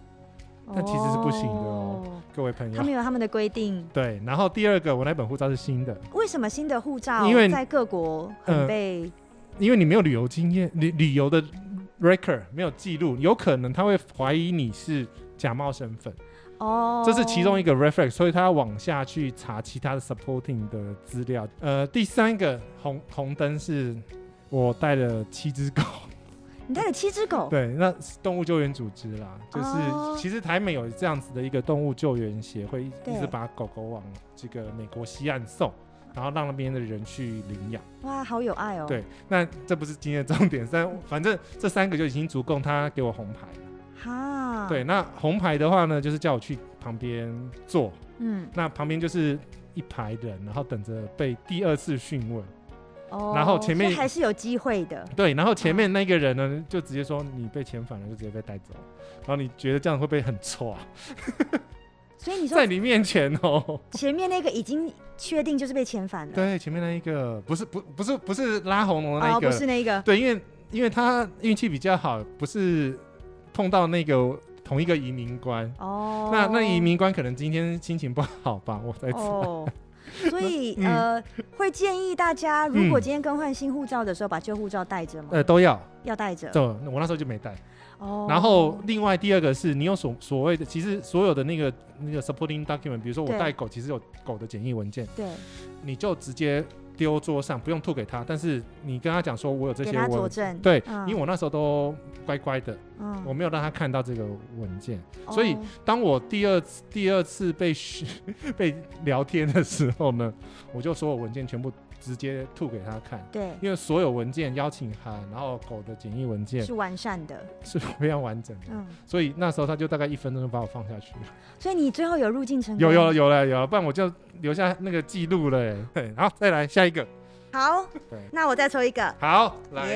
[SPEAKER 3] 但其实是不行的哦各位朋
[SPEAKER 2] 他们
[SPEAKER 3] 友，
[SPEAKER 2] 有他们的规定，
[SPEAKER 3] 对，然后第二个，我那本护照是新的，
[SPEAKER 2] 为什么新的护照
[SPEAKER 3] 因为
[SPEAKER 2] 在各国很
[SPEAKER 3] 呃
[SPEAKER 2] 被
[SPEAKER 3] 因为你没有旅游经验，旅旅游的 record 没有记录，有可能他会怀疑你是假冒身份，
[SPEAKER 2] 哦？
[SPEAKER 3] 这是其中一个 reference，所以他要往下去查其他的 supporting 的资料。呃，第三个红红灯是我带了七只狗，
[SPEAKER 2] 哦你带了七只狗，
[SPEAKER 3] 对，那是动物救援组织啦，就是、
[SPEAKER 2] 哦
[SPEAKER 3] 其实台美有这样子的一个动物救援协会，一
[SPEAKER 2] 对
[SPEAKER 3] 一直把狗狗往这个美国西岸送，然后让那边的人去领养。
[SPEAKER 2] 哇，好有爱哦。
[SPEAKER 3] 对，那这不是今天的重点，但 [laughs] 反正这三个就已经足够他给我红牌了。
[SPEAKER 2] 哈，
[SPEAKER 3] 对，，那红牌的话呢，就是叫我去旁边坐，
[SPEAKER 2] 嗯，
[SPEAKER 3] 那旁边就是一排人，然后等着被第二次讯问。
[SPEAKER 2] 哦，
[SPEAKER 3] 然后前面
[SPEAKER 2] 所以还是有机会的，
[SPEAKER 3] 对，然后前面那个人呢，就直接说你被遣返了，就直接被带走。然后你觉得这样会不会很错啊？
[SPEAKER 2] 所以你说
[SPEAKER 3] 在你面前哦。
[SPEAKER 2] 前面那个已经确定就是被遣返了，
[SPEAKER 3] 对，前面那一个不是不不是不是拉红龙的那
[SPEAKER 2] 哦，
[SPEAKER 3] 一个，
[SPEAKER 2] 不是那个，
[SPEAKER 3] 对，因为因为他运气比较好，不是碰到那个同一个移民官。
[SPEAKER 2] 哦，
[SPEAKER 3] 那那移民官可能今天心情不好吧，我在猜。
[SPEAKER 2] 哦。所以、
[SPEAKER 3] [laughs] 嗯
[SPEAKER 2] 呃，会建议大家，如果
[SPEAKER 3] 嗯
[SPEAKER 2] 今天更换新护照的时候，把旧护照带着吗？
[SPEAKER 3] [laughs] 呃，都要，
[SPEAKER 2] 要带着。
[SPEAKER 3] 对，我那时候就没带。
[SPEAKER 2] 哦
[SPEAKER 3] 然后另外第二个是你有所所谓的，其实所有的那个那个 supporting document，比如说我
[SPEAKER 2] 对
[SPEAKER 3] 带狗，其实有狗的检疫文件，
[SPEAKER 2] 对，
[SPEAKER 3] 你就直接丢桌上，不用吐给他，但是你跟他讲说我有这
[SPEAKER 2] 给
[SPEAKER 3] 些
[SPEAKER 2] 他佐
[SPEAKER 3] 文，
[SPEAKER 2] 证。
[SPEAKER 3] 对，
[SPEAKER 2] 嗯
[SPEAKER 3] 因为我那时候都乖乖的，
[SPEAKER 2] 嗯
[SPEAKER 3] 我没有让他看到这个文件。所以
[SPEAKER 2] 哦
[SPEAKER 3] 当我第二次第二次被嘘 [laughs] 被聊天的时候呢，我就所有文件全部直接吐给他看，
[SPEAKER 2] 对
[SPEAKER 3] 因为所有文件邀请函，然后狗的简易文件
[SPEAKER 2] 是完善的，
[SPEAKER 3] 是非常完整的，
[SPEAKER 2] 嗯，
[SPEAKER 3] 所以那时候他就大概一分钟就把我放下去了。
[SPEAKER 2] 所以你最后有入境成功。
[SPEAKER 3] 有有有了有了，不然我就留下那个记录了
[SPEAKER 2] 嗯
[SPEAKER 3] 欸。对，然后再来下一个，
[SPEAKER 2] 好
[SPEAKER 3] 对，
[SPEAKER 2] 那我再抽一个。
[SPEAKER 3] 好，来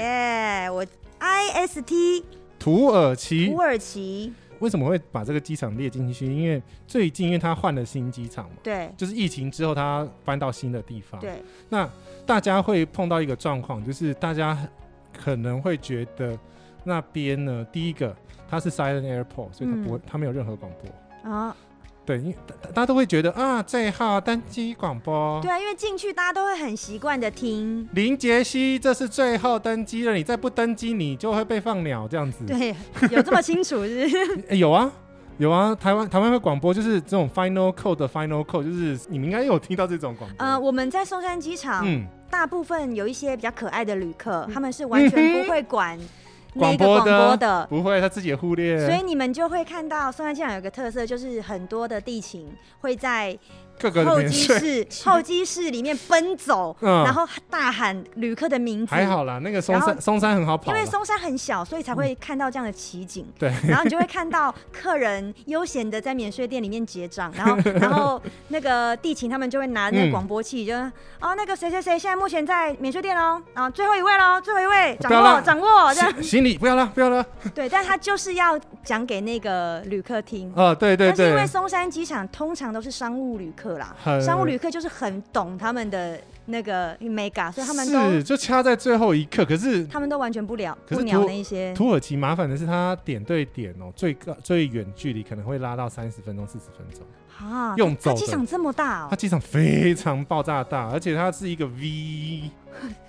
[SPEAKER 2] 耶我 IST
[SPEAKER 3] 土耳其
[SPEAKER 2] 土耳其，
[SPEAKER 3] 为什么会把这个机场列进去？因为最近因为他换了新机场嘛。
[SPEAKER 2] 对
[SPEAKER 3] 就是疫情之后，他搬到新的地方。
[SPEAKER 2] 对，哦
[SPEAKER 3] 那大家会碰到一个状况，就是大家可能会觉得那边呢，第一个它是 silent airport，所以它
[SPEAKER 2] 嗯
[SPEAKER 3] 不会，它没有任何广播。
[SPEAKER 2] 哦，
[SPEAKER 3] 对，因为大大大家都会觉得啊，这号单机广播
[SPEAKER 2] 对。啊，因为进去大家都会很习惯的听，
[SPEAKER 3] 林杰西，这是最后登机了，你再不登机，你就会被放鸟这样子。
[SPEAKER 2] 对，有这么清楚是
[SPEAKER 3] [laughs]
[SPEAKER 2] 不是？
[SPEAKER 3] 诶有啊，有啊，台湾台湾会广播，就是这种 final code 的 final code，就是你们应该有听到这种广播。
[SPEAKER 2] 呃，我们在松山机场，
[SPEAKER 3] 嗯，
[SPEAKER 2] 大部分有一些比较可爱的旅客，他们是完全不会管那个
[SPEAKER 3] [laughs] 广播
[SPEAKER 2] 广
[SPEAKER 3] 的
[SPEAKER 2] 播的。
[SPEAKER 3] 不会，他自己也忽略。
[SPEAKER 2] 所以你们就会看到松山机场有个特色，就是很多的地勤会在
[SPEAKER 3] 各个
[SPEAKER 2] 候
[SPEAKER 3] 免
[SPEAKER 2] 机
[SPEAKER 3] 税，
[SPEAKER 2] 室、候机室里面奔走，
[SPEAKER 3] 嗯
[SPEAKER 2] 然后大喊旅客的名字。
[SPEAKER 3] 还好啦，那个松
[SPEAKER 2] 然后
[SPEAKER 3] 山松山很好跑
[SPEAKER 2] 因
[SPEAKER 3] 啦，
[SPEAKER 2] 为松山很小，所以才会看到这样的奇景。
[SPEAKER 3] 对，
[SPEAKER 2] 然后你就会看到客人悠闲的在免税店里面结
[SPEAKER 3] [laughs]
[SPEAKER 2] 账，然后然后那个地勤他们就会拿那
[SPEAKER 3] 嗯
[SPEAKER 2] 个广播
[SPEAKER 3] [laughs]
[SPEAKER 2] 器，就哦那个谁谁谁现在目前在免税店哦，啊最后一位喽，最后一位，掌
[SPEAKER 3] 不要啦
[SPEAKER 2] 握掌
[SPEAKER 3] [laughs]
[SPEAKER 2] 握这样。
[SPEAKER 3] 行行李不要了，不要了。
[SPEAKER 2] 对，但他就是要讲给那个旅客听。
[SPEAKER 3] 哦，对对
[SPEAKER 2] 但是因为
[SPEAKER 3] 对，
[SPEAKER 2] 松山机场通常都是商务旅客啦
[SPEAKER 3] 很，
[SPEAKER 2] 商务旅客就是很懂他们的那个 mega，所以他们
[SPEAKER 3] 是
[SPEAKER 2] 都
[SPEAKER 3] 就掐在最后一刻，可是。
[SPEAKER 2] 他们都完全不了
[SPEAKER 3] 可
[SPEAKER 2] 不
[SPEAKER 3] 是
[SPEAKER 2] 鸟
[SPEAKER 3] 图
[SPEAKER 2] 那一些。
[SPEAKER 3] 土耳其麻烦的是，它点对点哦，最高最远距离可能会拉到三十分钟、四十分钟。
[SPEAKER 2] 啊，
[SPEAKER 3] 用
[SPEAKER 2] 它
[SPEAKER 3] 走
[SPEAKER 2] 机
[SPEAKER 3] 的
[SPEAKER 2] 场这么大哦，
[SPEAKER 3] 它机场非常爆炸大，而且它是一个 V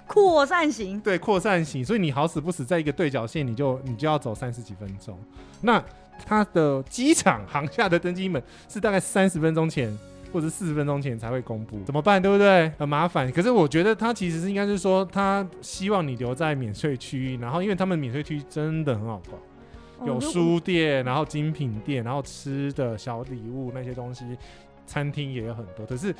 [SPEAKER 2] 扩散型，
[SPEAKER 3] 对扩散型，所以你好死不死在一个对角线，你就你就要走三十几分钟。那它的机场航下的登机门是大概三十分钟前或者四十分钟前才会公布，怎么办？对不对？很麻烦。可是我觉得它其实是应该是说，它希望你留在免税区域，然后因为他们免税区真的很好逛。
[SPEAKER 2] 哦
[SPEAKER 3] 有。
[SPEAKER 2] 如
[SPEAKER 3] 书店，然后精品店，然后吃的小礼物那些东西，餐厅也有很多。可是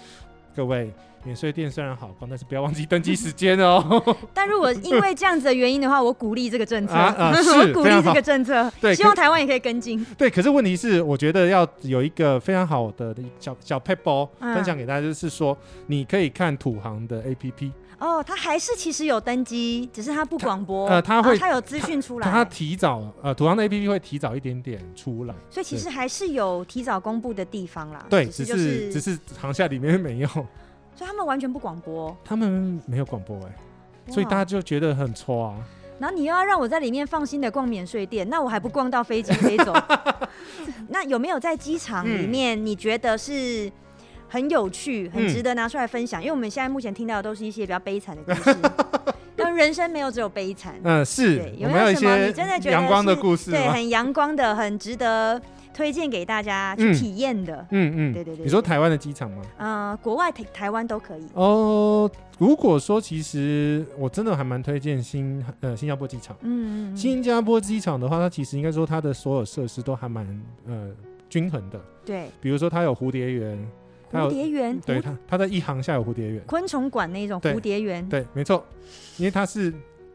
[SPEAKER 3] 各位，免税店虽然好逛，但是不要忘记登记时间哦。 [laughs]
[SPEAKER 2] 但如果因为这样子的原因的话，我鼓励这个政策，[laughs]
[SPEAKER 3] 啊啊是
[SPEAKER 2] 我鼓
[SPEAKER 3] 非
[SPEAKER 2] 励
[SPEAKER 3] 常好
[SPEAKER 2] 这个政策，
[SPEAKER 3] 对
[SPEAKER 2] 希望台湾也可以跟进。
[SPEAKER 3] 对，可是问题是，我觉得要有一个非常好的小小 p e b l
[SPEAKER 2] 嗯
[SPEAKER 3] 分享给大家，就是说你可以看土航的 APP，
[SPEAKER 2] 哦，它还是其实有登机，只是它不广播，
[SPEAKER 3] 它呃它会
[SPEAKER 2] 它有资讯出
[SPEAKER 3] 它
[SPEAKER 2] 来，
[SPEAKER 3] 提早呃土航的 APP 会提早一点点出来。
[SPEAKER 2] 所以其实还是有提早公布的地方啦。
[SPEAKER 3] 对，只
[SPEAKER 2] 只
[SPEAKER 3] 是、
[SPEAKER 2] 就是
[SPEAKER 3] 只是航下里面没有，
[SPEAKER 2] 所以他们完全不广播，
[SPEAKER 3] 他们没有广播哎、
[SPEAKER 2] 哇
[SPEAKER 3] 所以大家就觉得很挫啊。
[SPEAKER 2] 然后你又要让我在里面放心的逛免税店，那我还不逛到飞机飞
[SPEAKER 3] [laughs]
[SPEAKER 2] 走？那有没有在机场里面你觉得是很有趣、很值得拿出来分享？因为我们现在目前听到的都是一些比较悲惨的故事，但人生没有只有悲惨。
[SPEAKER 3] 嗯， [laughs] 是
[SPEAKER 2] 对，
[SPEAKER 3] 我
[SPEAKER 2] 有
[SPEAKER 3] 们
[SPEAKER 2] 有
[SPEAKER 3] 一
[SPEAKER 2] 什么
[SPEAKER 3] 些
[SPEAKER 2] 你真的觉得
[SPEAKER 3] 阳光的
[SPEAKER 2] 是
[SPEAKER 3] 故事
[SPEAKER 2] 对，
[SPEAKER 3] 吗？
[SPEAKER 2] 很阳光的，很值得推荐给大家
[SPEAKER 3] 嗯
[SPEAKER 2] 去体验的。
[SPEAKER 3] 嗯嗯，
[SPEAKER 2] 对对对
[SPEAKER 3] 你说台湾的机场吗？
[SPEAKER 2] 嗯、呃，国外台台湾都可以。
[SPEAKER 3] 哦，如果说其实我真的还蛮推荐新呃新加坡机场。
[SPEAKER 2] 嗯嗯嗯，
[SPEAKER 3] 新加坡机场的话，它其实应该说它的所有设施都还蛮呃均衡的，
[SPEAKER 2] 对，
[SPEAKER 3] 比如说它有蝴蝶园，它
[SPEAKER 2] 蝴
[SPEAKER 3] 有
[SPEAKER 2] 蝶园，
[SPEAKER 3] 对
[SPEAKER 2] 蝴
[SPEAKER 3] 它它在一航下有蝴蝶园，
[SPEAKER 2] 昆虫馆那种
[SPEAKER 3] 对
[SPEAKER 2] 蝴蝶园。
[SPEAKER 3] 对，没错，因为它是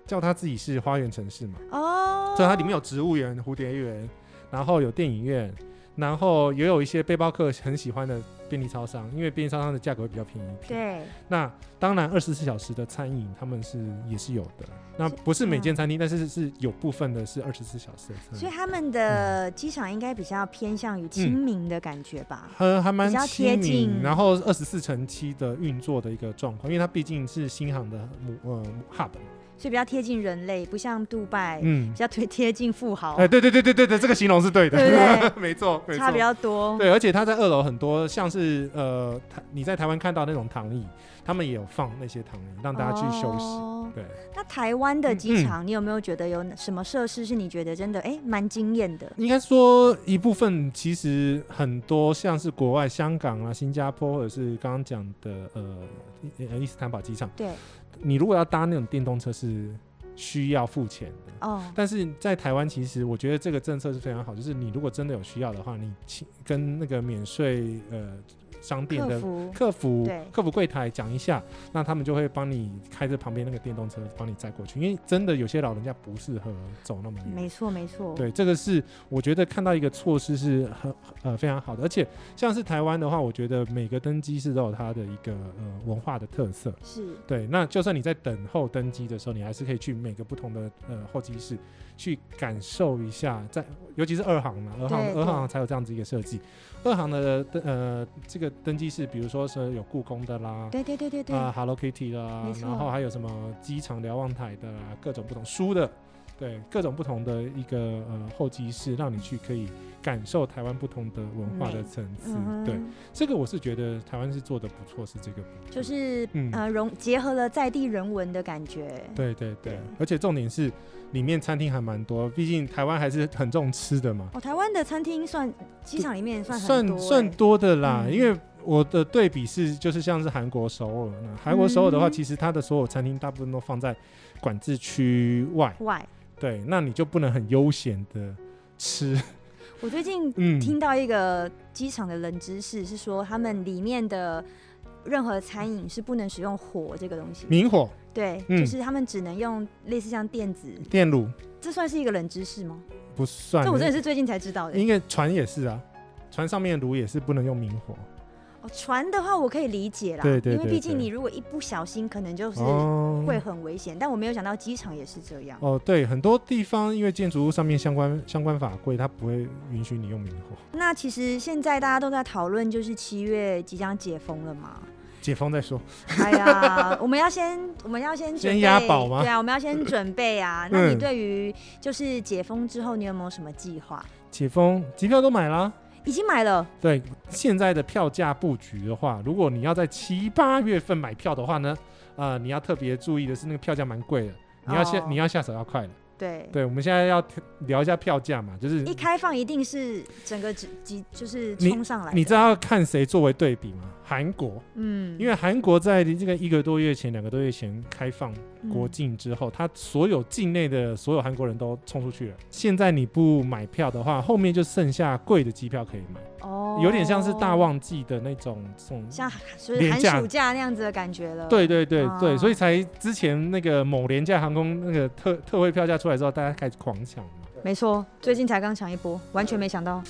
[SPEAKER 3] 叫它自己是花园城市嘛，
[SPEAKER 2] 哦，
[SPEAKER 3] 所以它里面有植物园、蝴蝶园，然后有电影院，然后也有一些背包客很喜欢的便利超商，因为便利超商的价格会比较便宜一点。
[SPEAKER 2] 对。
[SPEAKER 3] 那当然，二十四小时的餐饮他们是也是有的，那不是每间餐厅，但是是有部分的是二十四小时的餐
[SPEAKER 2] 所以
[SPEAKER 3] 饮，
[SPEAKER 2] 他们的机场应该比较偏向于亲民的感觉吧？
[SPEAKER 3] 呃，还蛮
[SPEAKER 2] 比较贴
[SPEAKER 3] 亲民。
[SPEAKER 2] 近
[SPEAKER 3] 然后二十四乘七的运作的一个状况，因为它毕竟是新航的母呃 hub，
[SPEAKER 2] 所以比较贴近人类，不像杜拜、 [laughs]
[SPEAKER 3] 嗯
[SPEAKER 2] 比，较贴贴近富豪，
[SPEAKER 3] 哎，对对对对对对，这个形容是对的，
[SPEAKER 2] 对不
[SPEAKER 3] [laughs] 没错没
[SPEAKER 2] 差
[SPEAKER 3] 错
[SPEAKER 2] 比。较多。
[SPEAKER 3] 对，而且它在二楼很多像是呃，台你在台湾看到那种躺椅，他们也有放那些躺椅让大家去休息。嗯
[SPEAKER 2] 哦
[SPEAKER 3] 对，
[SPEAKER 2] 那台湾的机场，你有没有觉得有什么设施是你觉得真的哎蛮惊艳的？
[SPEAKER 3] 应该说一部分其实很多像是国外香港啊、新加坡或者是刚刚讲的呃伊呃伊斯坦堡机场，
[SPEAKER 2] 对，
[SPEAKER 3] 你如果要搭那种电动车是需要付钱的。
[SPEAKER 2] 哦，
[SPEAKER 3] 但是在台湾，其实我觉得这个政策是非常好，就是你如果真的有需要的话，你请跟那个免税呃商店
[SPEAKER 2] 客
[SPEAKER 3] 的
[SPEAKER 2] 服
[SPEAKER 3] 客服
[SPEAKER 2] 对
[SPEAKER 3] 客服柜台讲一下，那他们就会帮你开着旁边那个电动车帮你载过去，因为真的有些老人家不适合走那么远。
[SPEAKER 2] 没错没错，
[SPEAKER 3] 嗯对，这个是我觉得看到一个措施是很呃非常好的，而且像是台湾的话，我觉得每个登机是都有它的一个呃文化的特色。
[SPEAKER 2] 是
[SPEAKER 3] 对，那就算你在等候登机的时候，你还是可以去每个不同的呃候机室去感受一下在，尤其是二航嘛，二航
[SPEAKER 2] 对
[SPEAKER 3] 二航
[SPEAKER 2] 对
[SPEAKER 3] 才有这样子一个设计。二航的登呃这个登机室，比如说是有故宫的啦。
[SPEAKER 2] 对对对对对，
[SPEAKER 3] 啊、h e l l o Kitty 啦
[SPEAKER 2] 没，错
[SPEAKER 3] 然后还有什么机场瞭望台的啦，各种不同书的，对各种不同的一个呃候机室，让你去可以感受台湾不同的文化的
[SPEAKER 2] 美
[SPEAKER 3] 层次。
[SPEAKER 2] 嗯
[SPEAKER 3] 对，
[SPEAKER 2] 哼
[SPEAKER 3] 这个我是觉得台湾是做的不错，是这个部分
[SPEAKER 2] 就是、
[SPEAKER 3] 嗯
[SPEAKER 2] 呃融结合了在地人文的感觉。
[SPEAKER 3] 对对对
[SPEAKER 2] 对，
[SPEAKER 3] 而且重点是里面餐厅还蛮多，毕竟台湾还是很重吃的嘛，
[SPEAKER 2] 哦，台湾的餐厅算机场里面算很多、欸，
[SPEAKER 3] 算算多的啦。
[SPEAKER 2] 嗯
[SPEAKER 3] 因为我的对比是，就是像是韩国首尔那，韩国首尔的话，
[SPEAKER 2] 嗯
[SPEAKER 3] 其实它的所有餐厅大部分都放在管制区外，
[SPEAKER 2] 外。
[SPEAKER 3] 对，那你就不能很悠闲的吃，
[SPEAKER 2] 我最近
[SPEAKER 3] 嗯，
[SPEAKER 2] 听到一个机场的冷知识是说，他们里面的任何餐饮是不能使用火这个东西。
[SPEAKER 3] 明火
[SPEAKER 2] 对，
[SPEAKER 3] 嗯
[SPEAKER 2] 就是他们只能用类似像电子，
[SPEAKER 3] 电炉
[SPEAKER 2] 这算是一个冷知识吗？
[SPEAKER 3] 不算，
[SPEAKER 2] 这我真的是最近才知道的。
[SPEAKER 3] 因为船也是啊，船上面的炉也是不能用明火，
[SPEAKER 2] 哦，船的话我可以理解啦，
[SPEAKER 3] 对对
[SPEAKER 2] 因为
[SPEAKER 3] 对
[SPEAKER 2] 毕竟
[SPEAKER 3] 对
[SPEAKER 2] 你如果一不小心，可能就是
[SPEAKER 3] 哦
[SPEAKER 2] 会很危险。但我没有想到机场也是这样。
[SPEAKER 3] 哦，对，很多地方因为建筑物上面相关相关法规，它不会允许你用明火。
[SPEAKER 2] 那其实现在大家都在讨论，就是七月即将解封了嘛。
[SPEAKER 3] 解封再说。
[SPEAKER 2] 哎呀，我们要先，我们要先准备
[SPEAKER 3] 先押宝吗
[SPEAKER 2] 对啊，我们要先准备啊。那你
[SPEAKER 3] 嗯
[SPEAKER 2] 对于就是解封之后，你有没有什么计划？
[SPEAKER 3] 解封，机票都买啦。
[SPEAKER 2] 已经买了，
[SPEAKER 3] 对，现在的票价布局的话，如果你要在七八月份买票的话呢，呃，你要特别注意的是，那个票价蛮贵的，你要下、
[SPEAKER 2] 哦
[SPEAKER 3] 你要下手要快的。
[SPEAKER 2] 对。
[SPEAKER 3] 对，我们现在要聊一下票价嘛，就是
[SPEAKER 2] 一开放一定是整个集集就是
[SPEAKER 3] 你
[SPEAKER 2] 冲上来的
[SPEAKER 3] 你知道要看谁作为对比吗？韩国，
[SPEAKER 2] 嗯，
[SPEAKER 3] 因为韩国在这个一个多月前、两个多月前开放
[SPEAKER 2] 嗯
[SPEAKER 3] 国境之后，他所有境内的所有韩国人都冲出去了。现在你不买票的话，后面就剩下贵的机票可以买，
[SPEAKER 2] 嗯哦，
[SPEAKER 3] 有点像是大，旺季的那种这种。
[SPEAKER 2] 像就是
[SPEAKER 3] 廉价
[SPEAKER 2] 寒暑假那样子的感觉了。
[SPEAKER 3] 对对对对，
[SPEAKER 2] 哦
[SPEAKER 3] 所以才之前那个某廉价航空那个特特惠票价出来之后，大家开始狂抢嘛。
[SPEAKER 2] 没错，最近才刚抢一波，完全没想到。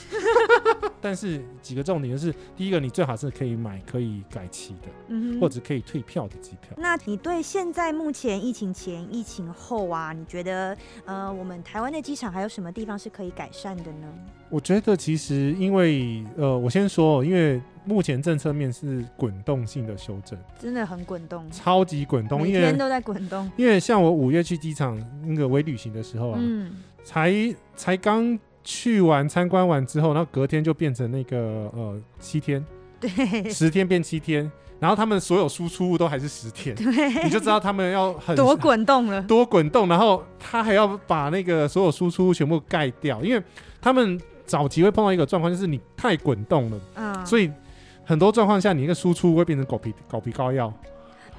[SPEAKER 3] 但是几个重点就是，第一个你最好是可以买可以改期的，
[SPEAKER 2] 嗯哼嗯
[SPEAKER 3] 或者可以退票的机票。
[SPEAKER 2] 那你对现在目前疫情前、疫情后啊，你觉得呃，我们台湾的机场还有什么地方是可以改善的呢？
[SPEAKER 3] 我觉得其实因为呃，我先说哦，因为目前政策面是滚动性的修正，
[SPEAKER 2] 真的很滚动，
[SPEAKER 3] 超级滚动，
[SPEAKER 2] 每
[SPEAKER 3] 因
[SPEAKER 2] 天
[SPEAKER 3] 为
[SPEAKER 2] 都在滚动。
[SPEAKER 3] 因为像我五月去机场那个微旅行的时候啊，
[SPEAKER 2] 嗯，
[SPEAKER 3] 才才刚去完参观完之后，然后隔天就变成那个呃七天，
[SPEAKER 2] 对
[SPEAKER 3] 十天变七天，然后他们所有输出物都还是十天，你
[SPEAKER 2] 对，
[SPEAKER 3] 就知道他们要很
[SPEAKER 2] 多滚动了。
[SPEAKER 3] 多滚动，然后他还要把那个所有输出物全部盖掉，因为他们早期会碰到一个状况，就是你太滚动了。
[SPEAKER 2] 嗯，
[SPEAKER 3] 所以很多状况下，你一个输出会变成狗皮狗皮膏药。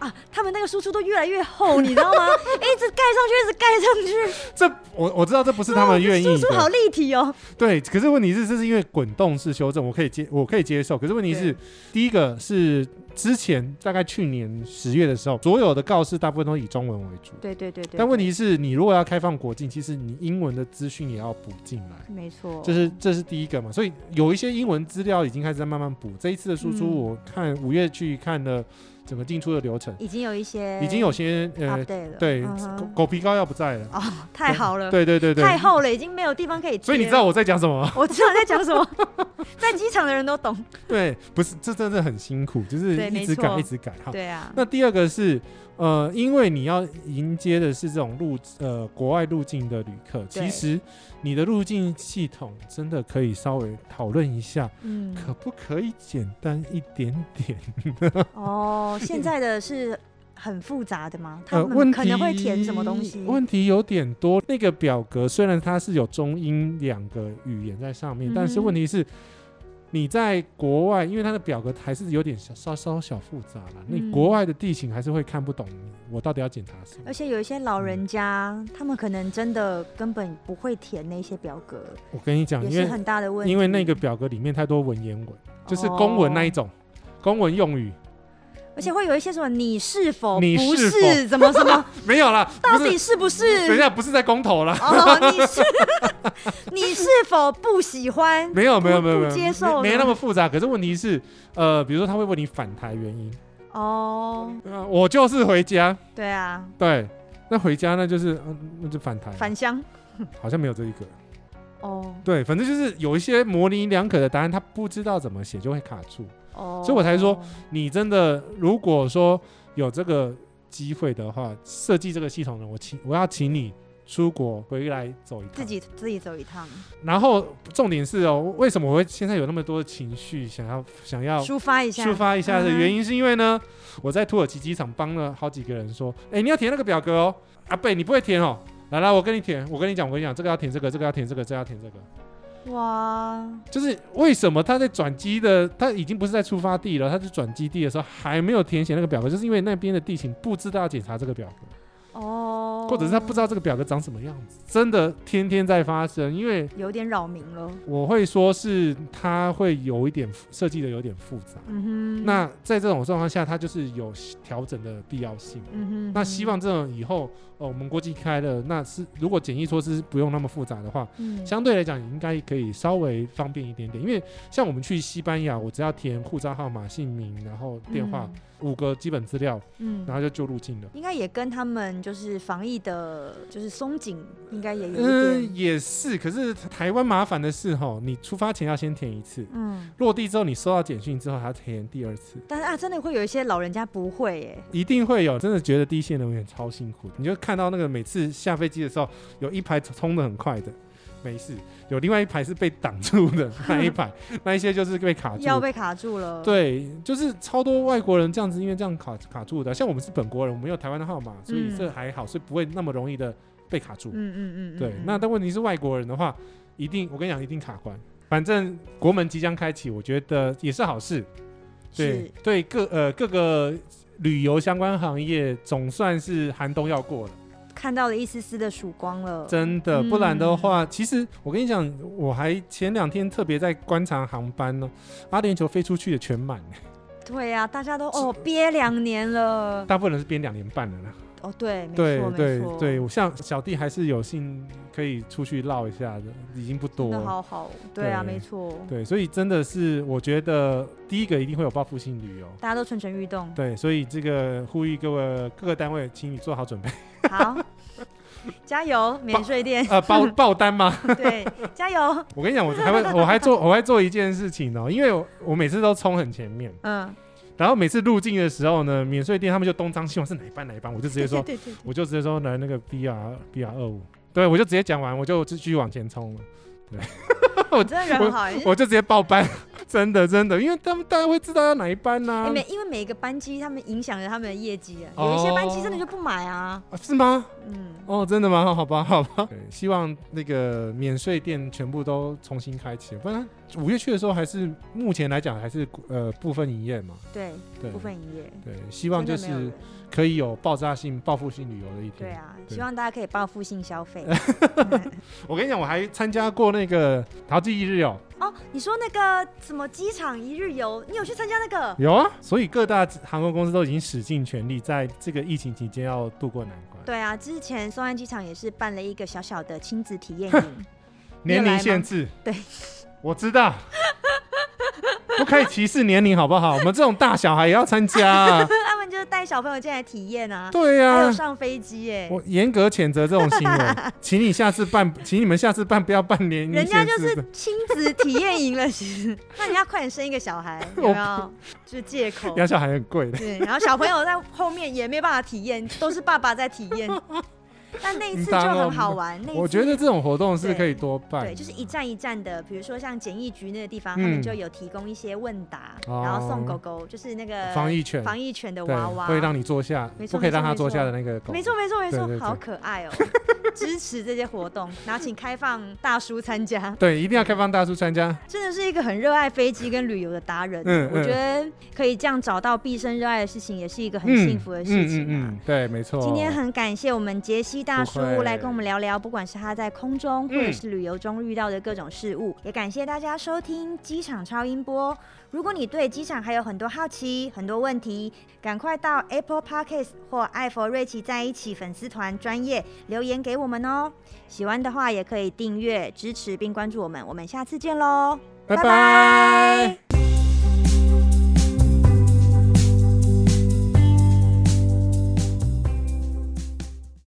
[SPEAKER 2] 啊，他们那个输出都越来越厚，你知道吗？一直盖上去，一直盖上
[SPEAKER 3] [laughs]
[SPEAKER 2] 去，
[SPEAKER 3] 这我我知道这不是他们愿意
[SPEAKER 2] 啊输出好
[SPEAKER 3] 的，
[SPEAKER 2] 立体哦。
[SPEAKER 3] 对。可是问题是，这是因为滚动式修正，我可以接我可以接受。可是问题是
[SPEAKER 2] 对，
[SPEAKER 3] 第一个是之前大概去年十月的时候，所有的告示大部分都以中文为主。
[SPEAKER 2] 对对对对。
[SPEAKER 3] 但问题是你如果要开放国境，其实你英文的资讯也要补进来。
[SPEAKER 2] 对没错，
[SPEAKER 3] 这是这是第一个嘛，所以有一些英文资料已经开始在慢慢补。这一次的输出，
[SPEAKER 2] 嗯
[SPEAKER 3] 我看五月去看了整个进出的流程，
[SPEAKER 2] 已经有一些
[SPEAKER 3] 已经有些呃
[SPEAKER 2] update 了。
[SPEAKER 3] 对，
[SPEAKER 2] 嗯
[SPEAKER 3] 狗
[SPEAKER 2] 哼
[SPEAKER 3] 狗皮膏药不在了。
[SPEAKER 2] 哦，太好了，
[SPEAKER 3] 对对对对，
[SPEAKER 2] 太厚了，已经没有地方可以。
[SPEAKER 3] 所以你知道。我在讲什么吗？
[SPEAKER 2] 我知道你在讲什么，
[SPEAKER 3] [laughs]
[SPEAKER 2] 在机场的人都懂。
[SPEAKER 3] 对，不是，这真的很辛苦，就是
[SPEAKER 2] 对
[SPEAKER 3] 一
[SPEAKER 2] 没
[SPEAKER 3] 直改，
[SPEAKER 2] 错
[SPEAKER 3] 一直改哈。
[SPEAKER 2] 对啊，
[SPEAKER 3] 那第二个是，呃，因为你要迎接的是这种入呃国外入境的旅客，
[SPEAKER 2] 对
[SPEAKER 3] 其实你的入境系统真的可以稍微讨论一下，
[SPEAKER 2] 嗯，
[SPEAKER 3] 可不可以简单一点点？
[SPEAKER 2] 哦，现在的是很复杂的吗？他
[SPEAKER 3] 呃，问
[SPEAKER 2] 们
[SPEAKER 3] 题
[SPEAKER 2] 可能会填什么东西？
[SPEAKER 3] 问题有点多。那个表格虽然它是有中英两个语言在上面，但是
[SPEAKER 2] 嗯哼
[SPEAKER 3] 问题是你在国外，因为它的表格还是有点小稍稍小复杂啦。你
[SPEAKER 2] 嗯哎
[SPEAKER 3] 国外的地形还是会看不懂，我到底要检查什么
[SPEAKER 2] 而？且有一些老人家，
[SPEAKER 3] 嗯
[SPEAKER 2] 他们可能真的根本不会填那些表格，
[SPEAKER 3] 我跟你讲，
[SPEAKER 2] 也
[SPEAKER 3] 啊因
[SPEAKER 2] 是
[SPEAKER 3] 为
[SPEAKER 2] 很大的问题。哦
[SPEAKER 3] 因为那个，表格里面太多文言文，就是公文那一种。公文用语
[SPEAKER 2] 而且会有一些什么你是否
[SPEAKER 3] 你
[SPEAKER 2] 不
[SPEAKER 3] 是
[SPEAKER 2] 是
[SPEAKER 3] 否 [laughs]
[SPEAKER 2] 怎么什么，
[SPEAKER 3] 没有啦，
[SPEAKER 2] 到
[SPEAKER 3] 不是
[SPEAKER 2] 底，是不
[SPEAKER 3] 等一
[SPEAKER 2] 是？
[SPEAKER 3] 下不是在公投啦，
[SPEAKER 2] 哦，你是 [laughs] 你是否不喜欢？
[SPEAKER 3] 没有没有没有
[SPEAKER 2] 不
[SPEAKER 3] 没有，
[SPEAKER 2] 接受
[SPEAKER 3] 没没
[SPEAKER 2] 呢
[SPEAKER 3] 那么复杂。可是问题是，呃，比如说他会问你反台原因，
[SPEAKER 2] 哦，
[SPEAKER 3] 对啊，我就是回家，
[SPEAKER 2] 对啊，
[SPEAKER 3] 对，那回家那就是，嗯，那就反弹，
[SPEAKER 2] 返乡
[SPEAKER 3] 好像没有这一个，
[SPEAKER 2] 哦
[SPEAKER 3] 对，反正就是有一些模棱两可的答案，他不知道怎么写就会卡住。
[SPEAKER 2] 哦，
[SPEAKER 3] 所以我才说你真的如果说有这个机会的话，设计这个系统呢，我请我要请你出国回来走一趟，
[SPEAKER 2] 自己自己走一趟，
[SPEAKER 3] 然后重点是哦，为什么我会现在有那么多的情绪想要想要
[SPEAKER 2] 抒发一下，
[SPEAKER 3] 抒发一下
[SPEAKER 2] 嗯
[SPEAKER 3] 的
[SPEAKER 2] 哼
[SPEAKER 3] 原因，是因为呢，我在土耳其机场帮了好几个人说，哎、你要填那个表格哦，阿贝你不会填哦，来来，我跟你填，我跟你讲，我跟你讲，这个要填这个，这个要填这个，这个要填这个，
[SPEAKER 2] 哇，
[SPEAKER 3] 就是为什么他在转机的，他已经不是在出发地了，他是转基地的时候还没有填写那个表格，就是因为那边的地勤不知道要检查这个表格。
[SPEAKER 2] 哦，
[SPEAKER 3] 或者是他不知道这个表格长什么样子，真的天天在发生。因为
[SPEAKER 2] 有点扰民了，
[SPEAKER 3] 我会说是它会有一点复设计的有点复杂。
[SPEAKER 2] 嗯哼，
[SPEAKER 3] 那在这种状况下，它就是有调整的必要性。
[SPEAKER 2] 嗯哼，
[SPEAKER 3] 那希望这种以后，哦，我们国际开了，那是如果简易措施不用那么复杂的话，
[SPEAKER 2] 嗯
[SPEAKER 3] 相对来讲应该可以稍微方便一点点。因为像我们去西班牙，我只要填护照号码、姓名，然后电话、，五个基本资料，
[SPEAKER 2] 嗯嗯，
[SPEAKER 3] 然后就就入境了。
[SPEAKER 2] 应该也跟他们就是防疫的，就是松紧，应该也有一
[SPEAKER 3] 嗯，
[SPEAKER 2] 点，
[SPEAKER 3] 也是。可是台湾麻烦的是，哈，你出发前要先填一次，
[SPEAKER 2] 嗯，
[SPEAKER 3] 落地之后你收到简讯之后还要填第二次，
[SPEAKER 2] 但是啊，真的会有一些老人家不会耶，
[SPEAKER 3] 一定会有。真的觉得第一线人员超辛苦，你就看到那个每次下飞机的时候，有一排冲的很快的，没事；有另外一排是被挡住的那一 [laughs] 排，那一些啊就是被卡住
[SPEAKER 2] 要
[SPEAKER 3] 的。
[SPEAKER 2] 被卡住了，，
[SPEAKER 3] 对，就是超多外国人这样子，因为这样卡卡住的。像我们是本国人，我们有台湾的号码，所以
[SPEAKER 2] 嗯
[SPEAKER 3] 这还好，所以不会那么容易的被卡住。
[SPEAKER 2] 嗯嗯嗯嗯，
[SPEAKER 3] 对，
[SPEAKER 2] 嗯
[SPEAKER 3] 那但问题是外国人的话，一定我跟你讲，一定卡关。反正国门即将开启，我觉得也是好事。对
[SPEAKER 2] 是，
[SPEAKER 3] 对各呃各个旅游相关行业，总算是寒冬要过了，
[SPEAKER 2] 看到了一丝丝的曙光了，
[SPEAKER 3] 真的。
[SPEAKER 2] 嗯
[SPEAKER 3] 不然的话，其实我跟你讲，我还前两天特别在观察航班呢，阿联酋飞出去的全满，
[SPEAKER 2] 嗯对呀、大家都哦憋两年了，
[SPEAKER 3] 大部分人是编两年半了啦。
[SPEAKER 2] 哦对，没
[SPEAKER 3] 对
[SPEAKER 2] 错没
[SPEAKER 3] 对
[SPEAKER 2] 错，
[SPEAKER 3] 对，我像小弟还是有幸可以出去绕一下的，已经不
[SPEAKER 2] 真
[SPEAKER 3] 多
[SPEAKER 2] 的
[SPEAKER 3] 了。
[SPEAKER 2] 好好，对啊，
[SPEAKER 3] 对
[SPEAKER 2] 没错，
[SPEAKER 3] 对，所以真的是，我觉得第一个一定会有报复性旅游。
[SPEAKER 2] 大家都蠢蠢欲
[SPEAKER 3] [laughs]
[SPEAKER 2] 动。
[SPEAKER 3] 对，所以这个呼吁各位各个单位，请你做
[SPEAKER 2] [laughs]
[SPEAKER 3] 好准备。 [laughs]
[SPEAKER 2] 好，加油，免税店，
[SPEAKER 3] 呃，爆爆单吗？
[SPEAKER 2] 对，加油，
[SPEAKER 3] 我跟你讲，我还会，
[SPEAKER 2] [laughs]
[SPEAKER 3] 我还做，我还做一件事情哦，因为我我每次都冲很前面，
[SPEAKER 2] 嗯，
[SPEAKER 3] 然后每次入境的时候呢，免税店他们就东张西望是哪一班哪一班，我就直接说，
[SPEAKER 2] [laughs] 对对对，
[SPEAKER 3] 我就直接说来那个 B R B R 二五，对我就直接讲完，我就继续往前冲了，
[SPEAKER 2] 你真的人很好，你是
[SPEAKER 3] 我就直接爆班， [laughs] 真的真的，因为他们大家会知道要哪一班啊呐、
[SPEAKER 2] 哎每因为每一个班机他们影响着他们的业绩啊，
[SPEAKER 3] 嗯哦
[SPEAKER 2] 有一些班机真的就不买啊，
[SPEAKER 3] 啊是吗？
[SPEAKER 2] 嗯，
[SPEAKER 3] 哦，真的吗？好吧，好
[SPEAKER 2] [laughs]
[SPEAKER 3] 吧。对，希望那个免税店全部都重新开启，不然五月去的时候还是目前来讲还是呃部分营业嘛。
[SPEAKER 2] 对，
[SPEAKER 3] 对
[SPEAKER 2] 部分营业，
[SPEAKER 3] 对，希望就
[SPEAKER 2] 真的没有
[SPEAKER 3] 是
[SPEAKER 2] 人
[SPEAKER 3] 可以有爆炸性、报复性旅游的一天。
[SPEAKER 2] 对啊，
[SPEAKER 3] 对
[SPEAKER 2] 希望大家可以报复性消
[SPEAKER 3] [laughs]
[SPEAKER 2] 费。
[SPEAKER 3] 我跟你讲，我还参加过那个淘记一日游，
[SPEAKER 2] 哦，你说那个什么机场一日游，你有去参加那个？
[SPEAKER 3] 有啊，所以各大航空公司都已经使尽全力，在这个疫情期间要渡过难关。
[SPEAKER 2] 对啊，之前松安机场也是办了一个小小的亲子体验
[SPEAKER 3] [laughs]
[SPEAKER 2] 营，
[SPEAKER 3] 年龄限制，
[SPEAKER 2] 你有来吗，
[SPEAKER 3] 我知道， [laughs] 不可以歧视年龄，好不好？我们这种大小孩也要参
[SPEAKER 2] [laughs]
[SPEAKER 3] 加、啊。
[SPEAKER 2] 他们就是带小朋友进来体验啊，
[SPEAKER 3] 对呀、
[SPEAKER 2] 还有
[SPEAKER 3] 啊，
[SPEAKER 2] 上飞机耶、
[SPEAKER 3] 我严格谴责这种行为，
[SPEAKER 2] [laughs]
[SPEAKER 3] 请你下次办，请你们下次办不要办年龄
[SPEAKER 2] 人家
[SPEAKER 3] 限
[SPEAKER 2] 就
[SPEAKER 3] 制的
[SPEAKER 2] 是亲子体验营了，其实， [laughs] 那人家快点生一个小
[SPEAKER 3] [laughs]
[SPEAKER 2] 孩，有没有？就是借口。
[SPEAKER 3] 养小孩很贵
[SPEAKER 2] [laughs]
[SPEAKER 3] 的。
[SPEAKER 2] 对，然后小朋友在后面也没办法体验，都是爸爸在体验。但那一次就很好玩，那一次
[SPEAKER 3] 哦我觉得这种活动是可以多办，
[SPEAKER 2] 哎对，就是一站一站的，比如说像检疫局那个地方，
[SPEAKER 3] 嗯
[SPEAKER 2] 他们就有提供一些问答，
[SPEAKER 3] 哦
[SPEAKER 2] 然后送狗狗，就是那个
[SPEAKER 3] 防疫犬，
[SPEAKER 2] 防疫犬的
[SPEAKER 3] 对
[SPEAKER 2] 娃娃，
[SPEAKER 3] 会让你坐下
[SPEAKER 2] 没，错
[SPEAKER 3] 不可以让
[SPEAKER 2] 没错
[SPEAKER 3] 他坐下的那个狗，
[SPEAKER 2] 没错没错没错，
[SPEAKER 3] 对对对
[SPEAKER 2] 好可爱哦！ [laughs] 支持这些活动，然后请开放大叔参加，
[SPEAKER 3] 对，一定要开放大叔参加。
[SPEAKER 2] 真的是一个很热爱飞机跟旅游的达人。
[SPEAKER 3] 嗯嗯
[SPEAKER 2] 我觉得可以这样找到毕生热爱的事情，也是一个很
[SPEAKER 3] 嗯
[SPEAKER 2] 幸福的事情啊。
[SPEAKER 3] 嗯嗯嗯，对，没错。
[SPEAKER 2] 今天很感谢我们杰西大叔
[SPEAKER 3] 不会
[SPEAKER 2] 来跟我们聊聊，不管是他在空中或
[SPEAKER 3] 嗯
[SPEAKER 2] 者是旅游中遇到的各种事物，也感谢大家收听机场超音波。如果你对机场还有很多好奇、很多问题，赶快到 Apple Podcast 或艾佛瑞奇在一起粉丝团专业留言给我们哦。喜欢的话也可以订阅、支持并关注我们，我们下次见喽，
[SPEAKER 3] 拜
[SPEAKER 2] 拜
[SPEAKER 3] 拜。